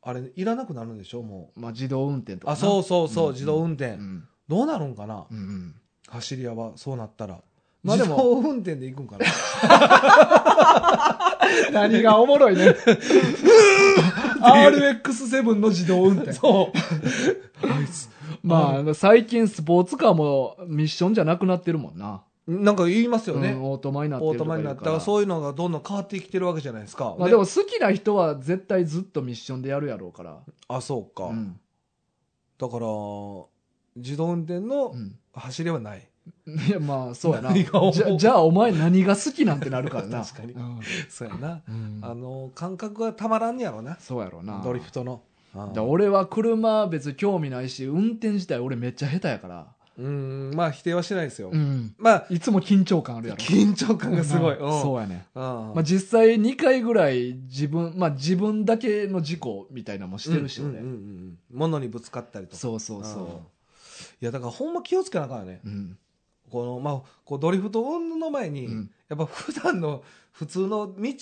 B: あれいらなくなるんでしょも
A: まあ自動運転と
B: う
A: か
B: あそううそうそ
A: ん
B: う、自動運転、
A: ん
B: どうなるんかな、
A: うんうん
B: 走り屋はそうなったら、
A: まあでも
B: 自動運転で行くんか な
A: 何がおもろいね RX7 の自動運転
B: そう
A: まあ最近スポーツカーもミッションじゃなくなってるもんな
B: なんか言いますよね、
A: うんオートマになって
B: オ
A: る
B: ー
A: と
B: ト
A: か
B: マ
A: 言
B: に
A: う
B: な
A: ら
B: ったらそういうのがどんどん変わってきてるわけじゃないですか、
A: まあ
B: ね
A: でも好きな人は絶対ずっとミッションでやるやろうから
B: あそうか、
A: うん
B: だから自動運転の
A: うん
B: 走りはない、
A: いやまあそうやな
B: 何が思う
A: じゃじゃあお前何が好きなんてなるからな
B: 確かに
A: うん
B: そうやな、
A: うん
B: あの感覚がたまらんねやろな
A: そうやろな
B: ドリフトの、うん
A: だ俺は車別に興味ないし運転自体俺めっちゃ下手やから、
B: うんまあ否定はしないですよ、
A: ん、
B: まあ
A: いつも緊張感あるやろ
B: 緊張感がすごい、
A: うん
B: うん
A: そうやね、
B: うん
A: まあ、実際2回ぐらい自分まあ自分だけの事故みたいなのもしてるし
B: うん
A: 俺、
B: うんうんうん物にぶつかったりとか
A: そうそう
B: うんい
A: そ
B: やだからほんま気をつけなあかんよね
A: ううん、
B: このまあこうドリフトの前に、
A: うん
B: やっぱ普段の普通の道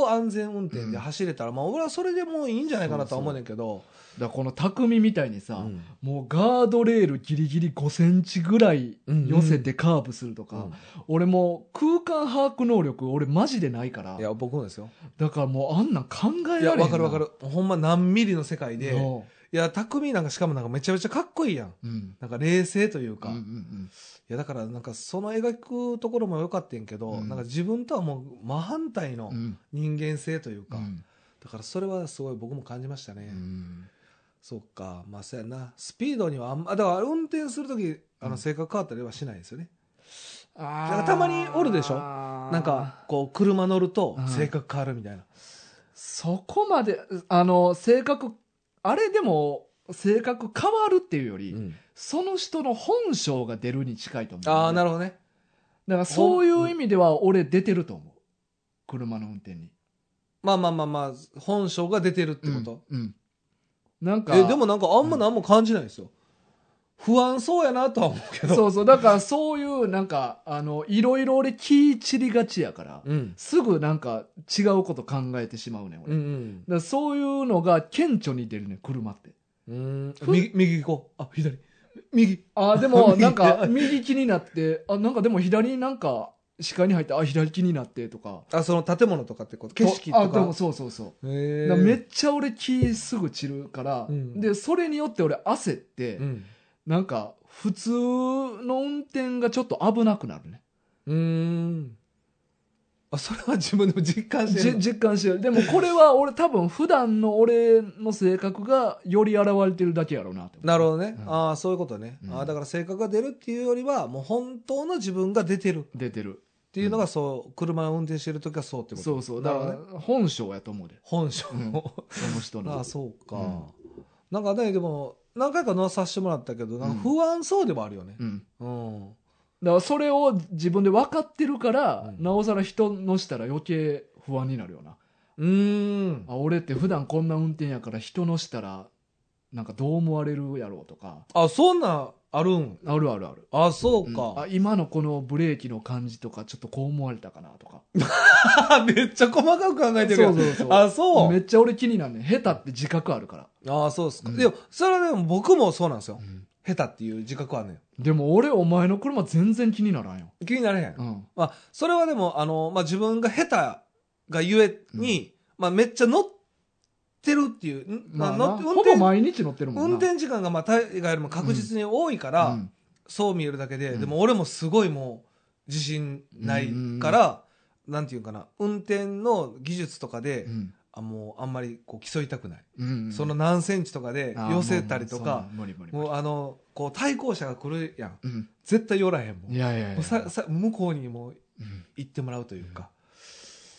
B: を安全運転で走れたら、まあ俺はそれでもういいんじゃないかなとは思うねんけど
A: だからこの匠みたいにさ、
B: うん
A: もうガードレールギリギリ5センチぐらい寄せてカーブするとか、俺もう空間把握能力俺マジでないから
B: いや僕もですよ
A: だからもうあんなん考えられへ
B: い
A: ん
B: や
A: な
B: わかるわかるほんま何ミリの世界で、
A: そ
B: いや、匠なんかしかもなんかめちゃめちゃかっこいいやん。
A: ううん
B: なんか冷静というか。
A: うんう
B: い
A: ん
B: や、だからなんかその描くところも良かったんやけど、
A: うん
B: なんか自分とはもう真反対の
A: うんうん
B: 人間性という
A: う
B: か、
A: ん
B: だからそれはすごい僕も感じましたね。
A: うん
B: そっか、まあそうやな。スピードにはあんま、だから運転するとき、あ
A: う
B: の
A: ん
B: 性格変わったりはしないですよね。
A: あー
B: なんかたまにおるでしょなんかこう車乗ると
A: うん
B: 性格変わるみたいな。
A: そこまであの性格あれでも性格変わるっていうより、その人の本性が出るに近いと思う、
B: ああ、な
A: る
B: るほどね。
A: だからそういう意味では俺出てると思う車の運転に
B: まあまあまあまあ、本性が出てるってこと。
A: うん、うんなんか
B: えでもなんかあんま何も感じないですよ、不安そうやなとは思うけど
A: そうそうだからそういうなんかあのいろいろ俺気散りがちやから、
B: うん
A: すぐなんか違うこと考えてしまうねん俺、
B: う
A: だか
B: ん
A: らそういうのが顕著に出るねん車って
B: うん右右行こうあ左右
A: あーでも
B: 見
A: なん
B: て
A: か右気になってあなんかでも左なんか視界に入ってあ左気になってとか
B: あその建物とかってこと景色とか
A: あでもそうそうそう
B: へー
A: だからめっちゃ俺気すぐ散るから、
B: うん
A: でそれによって俺焦って、
B: うん
A: なんか普通の運転がちょっと危なくなるね
B: うーんあそれは自分でも実感して
A: じ
B: るの
A: 実感してるでもこれは俺多分普段の俺の性格がより現れてるだけやろうなって思う
B: なるほどね、
A: うん
B: ああそういうことね、
A: うん
B: ああだから性格が出るっていうよりはもう本当の自分が出てるっ
A: 出てる
B: ていうのがそう、車を運転してる時はそうってこと
A: そうそうだか
B: なる
A: ら
B: ほどね
A: 本性やと思うで
B: 本性を、
A: うんその人
B: あ
A: の
B: あそうか、
A: うん
B: なんかねでも何回か乗らさせてもらったけどなん
A: うん
B: か不安そうでもあるよね
A: うん
B: うん、
A: だからそれを自分で分かってるから、
B: うん
A: なおさら人のしたら余計不安になるよな
B: うーん
A: あ俺って普段こんな運転やから人のしたらなんかどう思われるやろうとか
B: あそんなんあるん
A: あるあるある
B: あそ
A: う
B: う
A: んあ
B: か、
A: 今のこのブレーキの感じとかちょっとこう思われたかなとか
B: めっちゃ細かく考えてるやん
A: そうそうそう
B: あそう
A: めっちゃ俺気になんねん下手って自覚あるから、
B: ああ、そうですか。
A: うん
B: でも、それはでも僕もそうなんですよ。下手っていう自覚はね。
A: でも俺お前の車全然気にならんよ、
B: 気になれへん。
A: うん、
B: まあ、それはでも、あの、まあ自分が下手がゆえに、まあめっちゃ乗ってるっていう、ん
A: まあ
B: まあ乗
A: な
B: って
A: ほぼ
B: 運転、
A: 毎日乗ってるもん
B: 運
A: な
B: 転時間がまあ大河よりも確実に多いから、
A: うん
B: そう見えるだけで、
A: うん
B: でも俺もすごいもう自信ないから、なんていうかな、運転の技術とかで、
A: うん
B: あもうあんまりこう競いたくない。
A: うん
B: その何センチとかで
A: あー
B: 寄せたりとか、
A: もうもうそんな無理無理無理
B: もうあの、こう対向車が来るやん。
A: うん
B: 絶対寄らへんもん。
A: いやいやいや
B: もうささ向こうにもう
A: うん
B: 行ってもらうというか。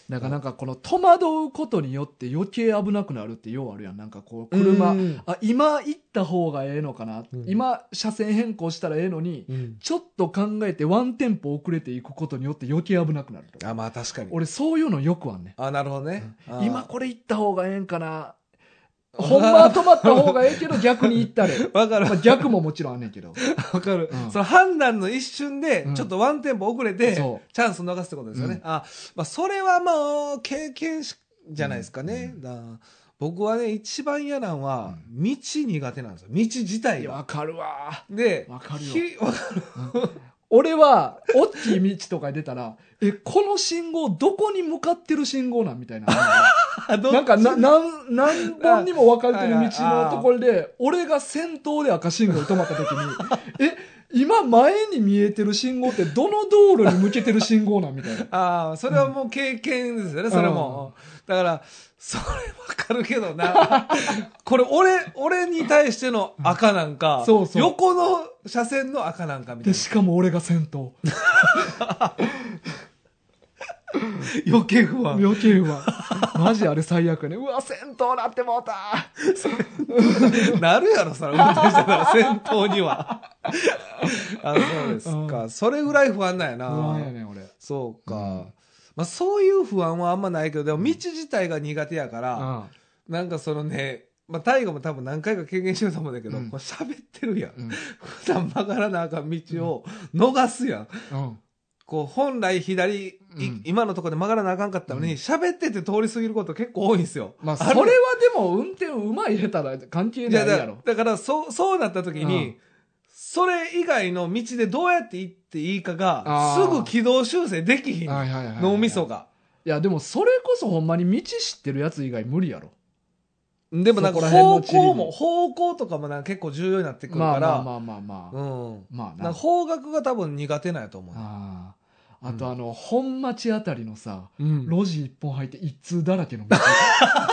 A: だからなんかこの戸惑うことによって余計危なくなるってようあるやんなんかこう車
B: うん
A: あ今行った方がええのかな、
B: うん
A: 今車線変更したらええのにちょっと考えてワンテンポ遅れていくことによって余計危なくなると
B: あ、まあ確かに。
A: 俺そういうのよくあんねん
B: あ、なるほどね。あー
A: 今これ行った方がええんかなほんまは止まった方がええけど逆に行った れ、
B: わかる
A: まあ、逆ももちろんあんねんけど
B: わかる
A: う。ん
B: その判断の一瞬で
A: う、ん
B: ちょっとワンテンポ遅れて、
A: そう
B: チャンス逃すってことですよね。
A: うん
B: あ、まあそれはまあ、経験しじゃないですかね
A: う。ん
B: だ僕はね、一番嫌なのは、道苦手なんですよ。道自体
A: いや
B: が。
A: わかるわ
B: で、
A: わかるよ
B: ひわ かる
A: 俺は、大きい道とかに出たら、え、この信号、どこに向かってる信号なんみたいな。なんか、な、なん、何本にも分かれてる道のところで、俺が先頭で赤信号に 止まった時に、え、今前に見えてる信号ってどの道路に向けてる信号なんみ たいな。
B: ああ、それはもう経験ですよね、それも。だから、それわかるけどな。 これ、俺、俺に対しての赤なんか、
A: そうそう
B: 横の車線の赤なんかみた
A: で、
B: いな。
A: しかも俺が先 頭。
B: 余計不安。
A: 余計は。マジあれ最悪やね。うわ、先頭なってもうた。
B: なるやろ、それ、運転してたら、先頭に は。あそうですか。それぐらい不安なんやな。
A: 不安やね、俺。
B: そうか。
A: うん
B: まあ、そういう不安はあんまないけど、でも道自体が苦手やから、なんかそのね、まあ、大河も多分何回か経験してると思うんだけど、
A: うん
B: こう喋ってるやん。
A: うん。
B: 普段曲がらなあかん道を逃すやん。
A: うん。
B: こう、本来左、い
A: うん
B: 今のところで曲がらなあかんかったのに、喋、ってて通り過ぎること結構多いんですよ。
A: まあ、そ
B: る
A: れはでも運転うまい下手だ関係
B: い
A: な
B: や
A: い
B: だ
A: やろ。
B: だから、そう、そうなった時に、
A: うん
B: それ以外の道でどうやって行っていいかが
A: あ、
B: す
A: ー
B: ぐ軌道修正できひん。
A: はいはいはいはい
B: 脳みそが。
A: いやでもそれこそほんまに道知ってるやつ以外無理やろ
B: でもなんか
A: そこら辺
B: 方
A: の地理に
B: 向も、方向とかもなんか結構重要になってくる
A: ま
B: か
A: あ
B: ら、
A: まあまあまあまあ、
B: うん。
A: まあ
B: なんか
A: な
B: 方角が多分苦手なんやと思う。
A: あー
B: う
A: あ
B: ん
A: とあの、本町あたりのさ
B: うん
A: 路地一本入って一通だらけの道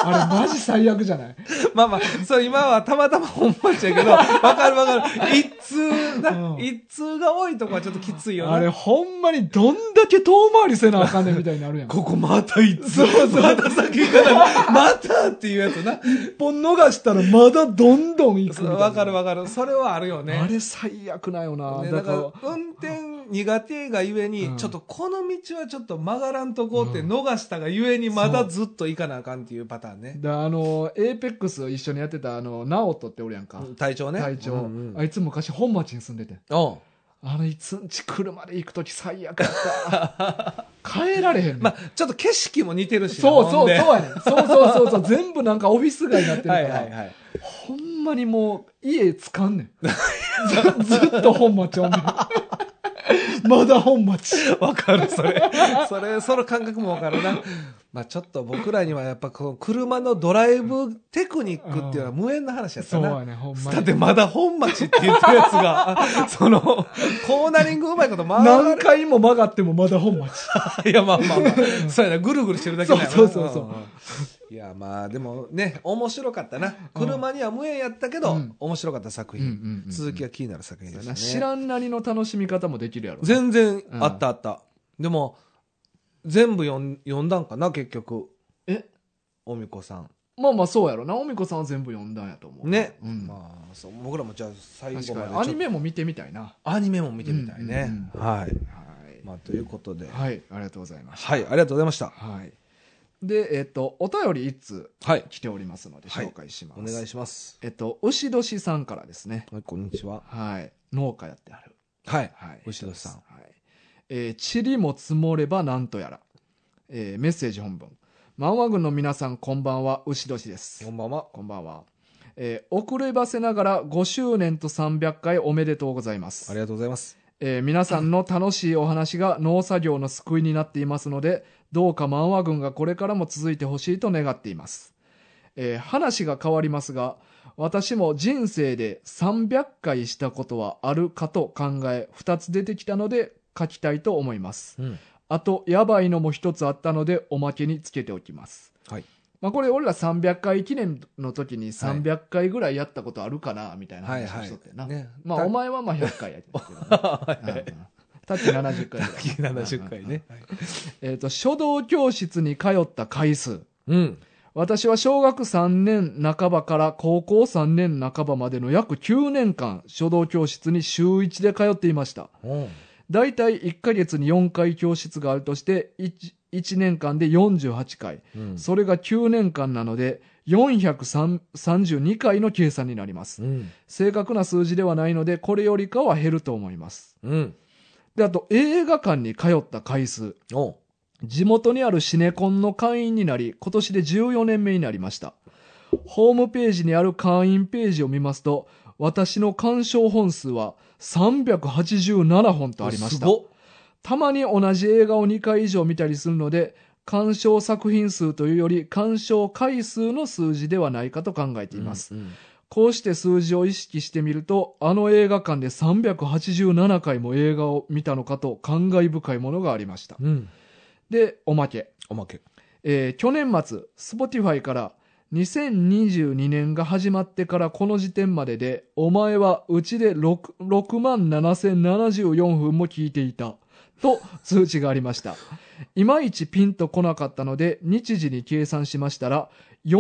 A: あれマジ最悪じゃない、
B: まあまあ、そう、今はたまたま本町や けど、わかるわかる。一通
A: う
B: な、
A: ん
B: 一通が多いとこはちょっときついよ
A: あれ
B: ね。
A: ほんまにどんだけ遠回りせなあかんねんみたいになる やん
B: ここまた一通。
A: そうそう
B: また先行かない。またっていうやつな。
A: 一本逃したらまだどんどん行く
B: そう
A: みたいな
B: わかるわかる。それはあるよね。
A: あれ最悪なよな、
B: ね、だ
A: だ
B: か
A: からら、
B: 運転苦手がゆえに、
A: うん
B: ちょっとこの道はちょっと曲がらんとこうって
A: うん
B: 逃したがゆえに、まだずっと行かなあかんっていうパターンね。
A: だあのエーペックス一緒にやってたあの直人っておるやんか、
B: 体調ね。
A: 隊長、
B: うんうん
A: あいつ昔本町に住んでて
B: おう
A: あのいつんち車で行く時最悪だ った帰られへんねん、
B: まあ、ちょっと景色も似てるしな。
A: そうそうそう
B: ほんで
A: やねんそうそうそうそう全部なんかオフィス街になってるか
B: は
A: ら、
B: いはいはい。
A: ほんまにもう家つかん ねんずずっと本町おんねんまだ本町
B: わかる、それ。 それ、その感覚もわかるな。まあちょっと僕らにはやっぱこの車のドライブテクニックっていうのは無縁の話やった
A: そうや
B: な。
A: ねんほんま
B: だっ
A: に
B: てまだ本町って言ってるやつ が、あその、コーナリングうまいこと回ら
A: 何
B: れ
A: 回も曲がってもまだ本町
B: いや、まあまあまあ。 そうやな、ぐるぐるしてるだけだよな
A: そうそうそうそうん
B: んいや、まあでもね、面白かったな。車には無縁やったけど、
A: うん
B: 面白かった作
A: うん
B: 品。
A: うんうん
B: 続きが気になる作品でしたね。
A: 知らんなりの楽しみ方もできるやろ
B: 全然あったあった、でも全部読ん読んだんかな結局
A: え
B: おみこさん
A: まあまあそうやろな。おみこさんは全部読んだんやと思う。
B: ね、
A: うん
B: まあ、そう僕らもじゃあ最後
A: 確
B: ま
A: か
B: で
A: に。アニ
B: ちょっ
A: メも見てみたいな。
B: とアニメも見てみたいね、
A: うん
B: はい、
A: はい。
B: まあ、ということで、
A: はい。ありがとうございました。
B: はい、ありがとうございました
A: はい。で、えっ、と、お便り一通
B: はい
A: 来ておりますので
B: はい
A: 紹介します。
B: お願いします
A: えっと、牛年さんからですね。
B: はいこんにちは
A: はい。農家やってある。
B: はい
A: はい。
B: 牛年さん
A: はい。えー、塵も積もればなんとやら。えーメッセージ本文。漫画軍の皆さん、こんばんは。牛年です
B: こ。んばんは
A: こんばんは。えー、遅ればせながら5周年と300回おめでとうございま
B: あ
A: す
B: り。がとうございます
A: えー皆さんの楽しいお話が農作業の救いになっていますので、どうか漫画軍がこれからも続いてほしいと願っています。えー話が変わりますが、私も人生で300回したことはあるかと考え、2つ出てきたので書きたいと思います。
B: うん
A: あと、やばいのも1つあったので、おまけにつけておきます。
B: はい
A: まあこれ俺ら300回記念の時に300回ぐらいやったことあるかなみたいな
B: はい
A: 話を
B: は
A: し
B: い
A: とってな。
B: ね
A: まあ
B: た
A: お前はまあ100回やってたけどね。
B: はいはい
A: タッチ70回ぐらい。
B: 70回ね。
A: えっと、書道教室に通った回数。
B: うん。
A: 私は小学3年半ばから高校3年半ばまでの約9年間、書道教室に週1で通っていました。だいたい1ヶ月に4回教室があるとして、1, 1年間で48回。
B: うん。
A: それが9年間なので、432回の計算になります。
B: うん。
A: 正確な数字ではないので、これよりかは減ると思います。
B: うん。
A: で、あと映画館に通った回数。
B: おう
A: 地元にあるシネコンの会員になり、今年で14年目になりました。ホームページにある会員ページを見ますと、私の鑑賞本数は387本とありました
B: す。ごった
A: まに同じ映画を2回以上見たりするので、鑑賞作品数というより鑑賞回数の数字ではないかと考えて
B: て
A: い
B: いま
A: ます。
B: す。うん。
A: こうして数字を意識してみると、あの映画館で387回も映画を見たのかと感慨深いものがありました。で、おまけ。
B: おまけ。
A: えー去年末、Spotify から2022年が始まってからこの時点までで、お前はうちで 6, 6万7074分も聞いていた。と通知がありました。いまいちピンとこなかったので、日時に計算しましたら、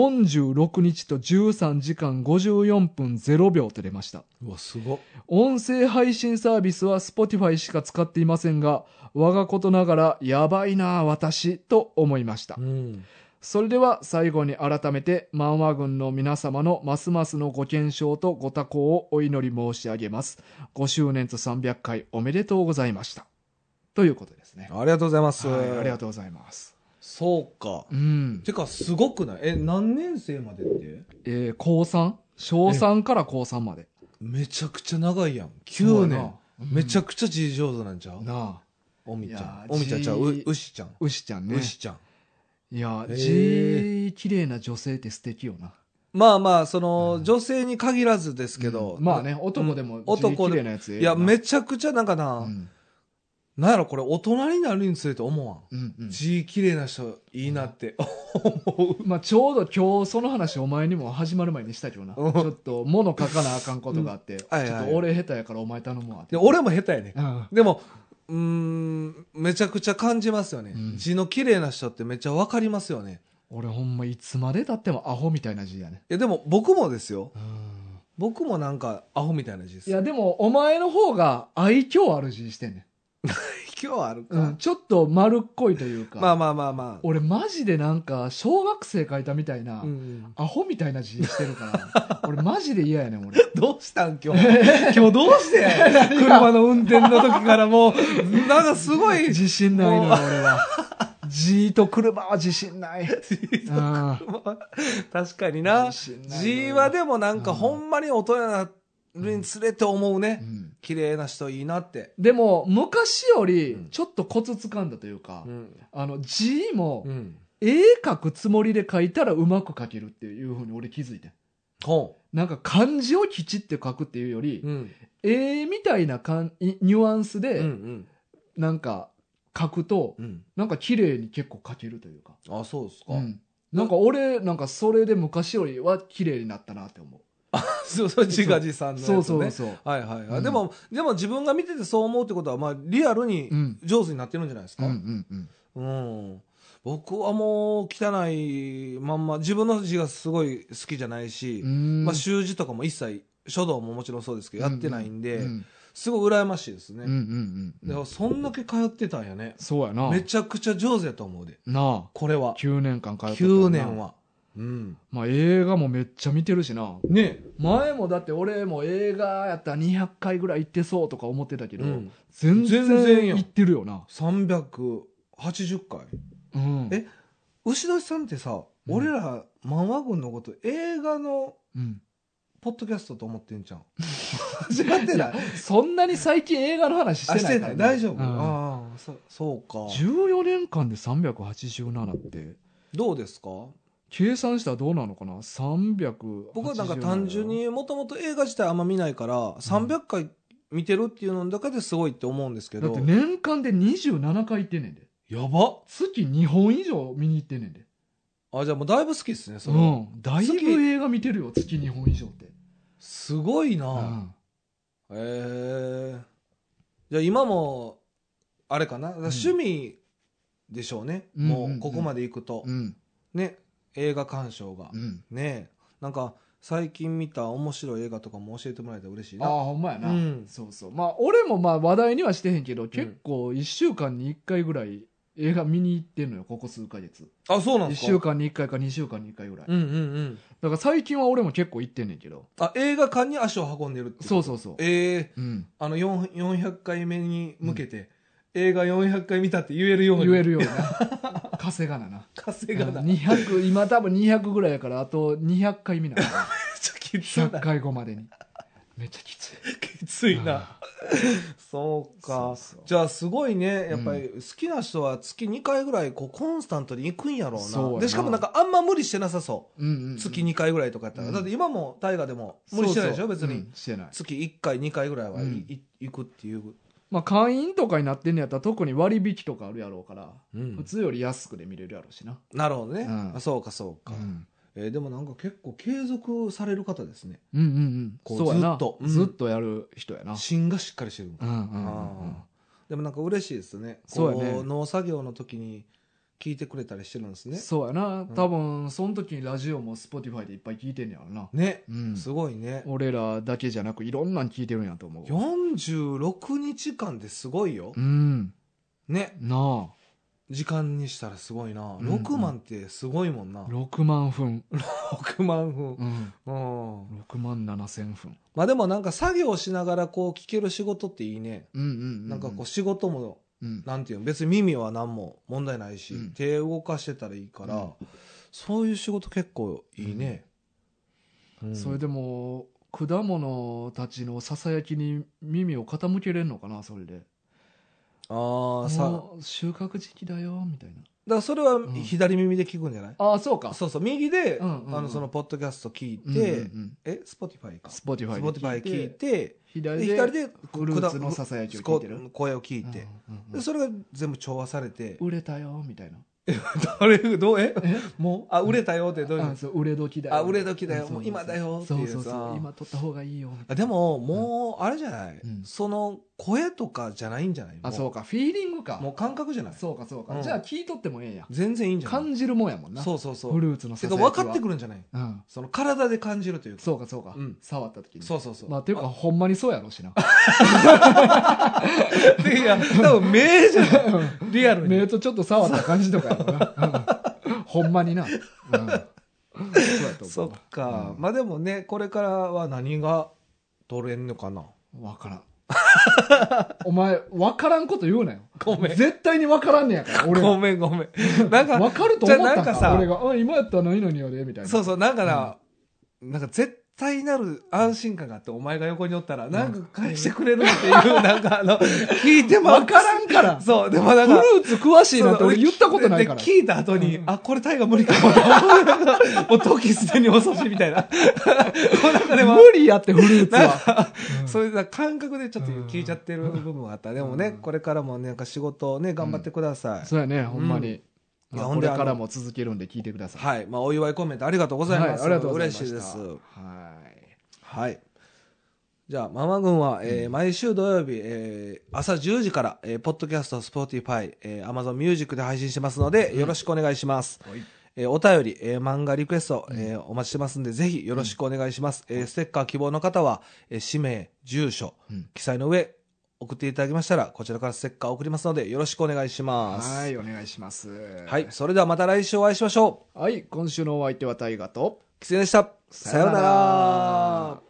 A: 46日と13時間54分0秒と出ました。
B: うわ、すごっ。
A: 音声配信サービスは Spotify しか使っていませんが、我がことながら、やばいなあ私、と思いました。
B: ん。
A: それでは最後に改めて漫画軍の皆様のますますのご健勝とご多幸をお祈り申し上げます。5周年と300回おめでとうございました。ということですね。
B: ありがとうございます。
A: はい、ありが
B: とう。
A: とうございます。
B: そうか。
A: うん。
B: てか、すごくないえ、何年生までって
A: えー高 3? 小3から高3まで。
B: めちゃくちゃ長いやん。9年。めちゃ
A: く
B: くちゃ字上手なんちゃう
A: なあ。
B: おみち
A: い
B: ゃ
A: や
B: ん。おみちゃんちゃう。
A: 字
B: う牛ちゃん。
A: 牛ちゃんね。
B: 牛ちゃん。
A: いや、
B: へー
A: 字綺麗な女性って素敵よな。
B: まあまあ、その
A: う、ん
B: 女性に限らずですけど。
A: うんまあ。ね、男でも字
B: 男
A: 綺
B: で
A: 麗なやつええ
B: い
A: よ
B: や、
A: な
B: めちゃくちゃなんか
A: う
B: な、
A: ん
B: なんやろ、これ大人になるにつれて思わん。
A: うんうん
B: 字綺麗な人いいなって思
A: まあ、ちょうど今日その話お前にも始まる前にしたけどなち
B: うん
A: ょっと物書かなあかんことがあって、
B: はいはい
A: ちょっと俺下手やからお前頼むわっ
B: う。
A: て
B: で俺も下手やね。
A: うん
B: でも、うーん、めちゃくちゃ感じますよね。
A: うん
B: 字の綺麗な人ってめっちゃわかりますよね。
A: 俺ほんまいつまでたってもアホみたいな字やね
B: いや、でも僕もですよ。僕もなんかアホみたいな字で
A: い
B: す。
A: やでもお前の方が愛嬌ある字してんね
B: 今日はある
A: ん、うん
B: か。
A: ちょっと丸っこいというか
B: まあまあまあまあ。
A: 俺マジでなんか小学生書いたみたいな、
B: うん
A: アホみたいな字してるから 俺マジで嫌やねん俺
B: どうしたん今日。 今日どう して車の運転の時からもう、なんかすごい。
A: 自信ないのよ俺は字と車は自信ないうん
B: 確かにな。字はでもなんか
A: うん
B: ほんまに大人になるにつれて思うね。
A: うん
B: 綺麗な人いいなって。
A: でも昔より
B: うん
A: ちょっとコツつかんだというか、
B: ん。
A: あの字も
B: うん。
A: 絵描くつもりで描いたらうまく描けるっていうふうに俺気づいてん
B: ほ
A: なんか漢字をきちって書くっていうより、
B: う。うん。
A: 絵みたいなかんいニュアンス
B: うんう
A: で
B: ん。
A: なんか書くと、
B: うん。
A: なんか綺麗に結構描けるというか、
B: あ、そうですか。
A: うんなんか俺なんかそれで昔よりは綺麗になったなって思
B: そうそう、自画自賛
A: う、
B: のやつね。
A: そうそうそう、
B: はいはいはい。
A: うん
B: でも、でも自分が見ててそう思うってことは、まあ、リアルに
A: うん
B: 上手になってるんじゃないです
A: う
B: か。
A: んう
B: うん
A: んうん
B: うん。僕はもう汚いまんま自分の字がすごい好きじゃないし、ま
A: ま
B: あ、習字とかも一切書道ももちろんそうですけどやってないんで、
A: うん
B: すごい羨ましいですね、
A: うんうんうん
B: だからそんだけ通ってたんやね、
A: そうやな
B: めちゃくちゃ上手やと思うで
A: なあ
B: これは
A: 9年間通ってたも
B: 9
A: んな
B: 年はうん
A: まあ映画もめっちゃ見てるしな
B: ね
A: 前もだって俺も映画やったら200回ぐらい行ってそうとか思ってたけど、
B: うん
A: 全然
B: 全然よ
A: 行ってるよな
B: 380回
A: うん
B: え牛年さんってさ、
A: うん
B: 俺ら漫画軍のこと映画の
A: うん
B: ポッドキャストと思ってんじ ゃん間違ってない
A: そんなに最近映画の話して
B: あ
A: ない
B: し
A: から
B: て
A: ね
B: ない大丈夫、
A: うん
B: ああそそうか
A: 14年間で387って
B: どうですか
A: 計算したらどうなのかな300
B: 僕はなんか単純にもともと映画自体あんま見ないから300回見てるっていうのだけですごいって思うんですけ
A: だっ
B: ど
A: て年間で27回行ってんねんで
B: やば
A: 月2本以上見に行ってんねんで
B: あじゃあもうだいぶ好きですねそれは、
A: うんだいぶ
B: 月
A: 映画見てるよ月2本以上って
B: すごいな、
A: うん
B: へえじゃあ今もあれかなだから趣味でしょうね、
A: うん
B: も
A: んうんう
B: うんうここまで行くと、
A: うん
B: ね映画鑑賞が、
A: うん
B: ねえなんか最近見た面白い映画とかも教えてもらえたら嬉しい
A: ああ
B: な
A: ほんまやな、
B: うん
A: そうそうまあ俺もまあ話題にはしてへんけど結構1週間に1回ぐらい映画見に行ってんのよここ数ヶ月
B: あそうなん
A: 1
B: ですか
A: 週間に1回か2週間に1回ぐらい、
B: うんうんうん
A: だから最近は俺も結構行ってんねんけど
B: あ映画館に足を運んでるって
A: そう
B: う
A: そうそう
B: ええ
A: うん、
B: あの4 400回目に向けて、映画400回見たって言えるように
A: 言えるような 稼がなな
B: 稼が ないめっ
A: 200今多分200ぐらいやからあと200回見なあかん
B: ちゃきつい
A: 100
B: な
A: 回後までにめっちゃきつい
B: きついなそうか
A: そうそう
B: じゃあすごいねやっぱり好きな人は月2回ぐらいこうコンスタントに行くんやろうな
A: そうやな
B: でしかもなんかあんま無理してなさそう
A: うんうんうん、
B: 月2回ぐらいとかやったら、
A: うん
B: だって今も大河でも無理してないでしょ別に、
A: うんしてない
B: 月1回2回ぐらいは
A: うん
B: い行くっていう、
A: まあ会員とかになってんのやったら特に割引とかあるやろうから普通より安くで見れるやろうしな、
B: なるほどね、
A: うん
B: あそうかそうか、えーでもなんか結構継続される方ですね
A: うんうんうん
B: こう
A: そうやな
B: ずっとうん
A: ずっとやる人やな
B: 芯がしっかりしてるもん
A: うんうんうんうん
B: あーでもなんか嬉しいですね
A: そうやね
B: こ農作業の時に聞いてくれたりしてるんですね
A: そうやな
B: うん
A: 多分その時にラジオも Spotify でいっぱい聞いてんねやろな、
B: ね
A: うん
B: すごいね
A: 俺らだけじゃなくいろんなん聞いてるんやと思う
B: 46日間ですごいよ
A: うん
B: ね
A: な
B: 時間にしたらすごいな
A: うんうん
B: 6万ってすごいもんな
A: あ6万分、
B: 6万分
A: うん、
B: うん
A: 6万7千分
B: まあでもなんか作業しながらこう聞ける仕事っていいね
A: うんうんうん
B: なんかこう仕事も
A: うん
B: なんていうの別に耳は何も問題ないし、
A: うん
B: 手動かしてたらいいから、
A: うん
B: そういう仕事結構いいね、うん
A: それでも果物たちのささやきに耳を傾けれんのかなそれで
B: ああさだか
A: もう収穫時期だよみたいな
B: らそれは
A: ん
B: 左耳で聞くんじゃない、
A: ああそうか
B: そうそう右で、
A: うんうんうん
B: あのそのポッドキャスト聞いて、えスポティファイかス
A: スポティファイ
B: ポティファイ聞いて
A: 左
B: で
A: で
B: 左で
A: フルーツのささやきを聞いてる
B: こ声を聞いて、
A: うんうんうん
B: でそれが全部調和されて、
A: 売れたよみたいな
B: あれどうえ
A: え
B: もうあ売れたよってどういう、
A: あそう売れ時だよ
B: あ売れ時だよ
A: んそ
B: もう今だよって
A: そ
B: いうう
A: そうそ
B: さ
A: う今取った方がいいよみたいな
B: あでももうあれじゃない、
A: うん
B: その声とかじゃないんじゃない
A: あそううかフィーリングか
B: もう感覚じゃない
A: そうかそうか、
B: うん
A: じゃあ聞いとってもええんや
B: 全然いいんじゃない
A: 感じるもんやもんな
B: そうそうそ
A: フ
B: う
A: ルーツの
B: て
A: ささ
B: か
A: やき
B: 分
A: は
B: かってくるんじゃない
A: うん
B: その体で感じるというか
A: そうかそうか、
B: うん
A: 触った時に
B: そうそうそう
A: まあていうか
B: あ
A: ほんまにそうやろうし な
B: で いや多分目じゃないリアルに
A: 目とちょっと触った感じとかやろな、 うんほんまにな、うん、そうやと
B: そ
A: 思う
B: っか、
A: うん
B: まあでもねこれからは何が取れんのかな
A: わからんお前わからんこと言うなよ
B: ごめん
A: 絶対にわからんねやから俺
B: ご
A: は
B: めんごめんなんか
A: わかると思ったん
B: じゃあ
A: か
B: なんかさ
A: 俺があ今やったら何々やでみたいな
B: そうそうなんかな、なんか絶対なる安心感があってお前が横におったらなんか返してくれるっていう、なんかあの聞いても
A: わからんからフ
B: そうでもなん
A: ル
B: か
A: ーツ詳しいなんて俺言ったことないから
B: でで聞いた後に、あ、これタイが無理かも。 もう時すでに遅しみたいな。この中でも、
A: 無理やってフルーツ
B: なん
A: は
B: か、
A: うん
B: そういうなんか感覚でちょっと聞いちゃってる部分があった。でもね、これからもねなんか仕事をね、頑張ってください。
A: そうやね、ほんまに。
B: うん
A: ま
B: い
A: あ
B: やほ
A: こ
B: んで
A: れからも続けるんで聞いてください。
B: はい。まあ、お祝いコメントありがとうございます。
A: はいありがとうございました
B: 嬉しいです。
A: はい。
B: はい。じゃあ、ママ軍は、えー毎週土曜日、えー朝10時から、えーポッドキャスト、スポーティファイ、えー、アマゾンミュージックで配信してますので、よろしくお願いします。
A: はい
B: えーお便り、えー漫画リクエスト、えーお待ちしてますんで、ぜひよろしくお願いします。えーステッカー希望の方は、えー氏名、住所、
A: うん
B: 記載の上、送っていただきましたら、こちらからステッカーを送りますので、よろしくお願いします。
A: はい、お願いします。
B: はい。それではまた来週お会いしましょう。
A: はい、今週のお相手は大河と、
B: キツネでした。さような
A: さような
B: ら
A: ら。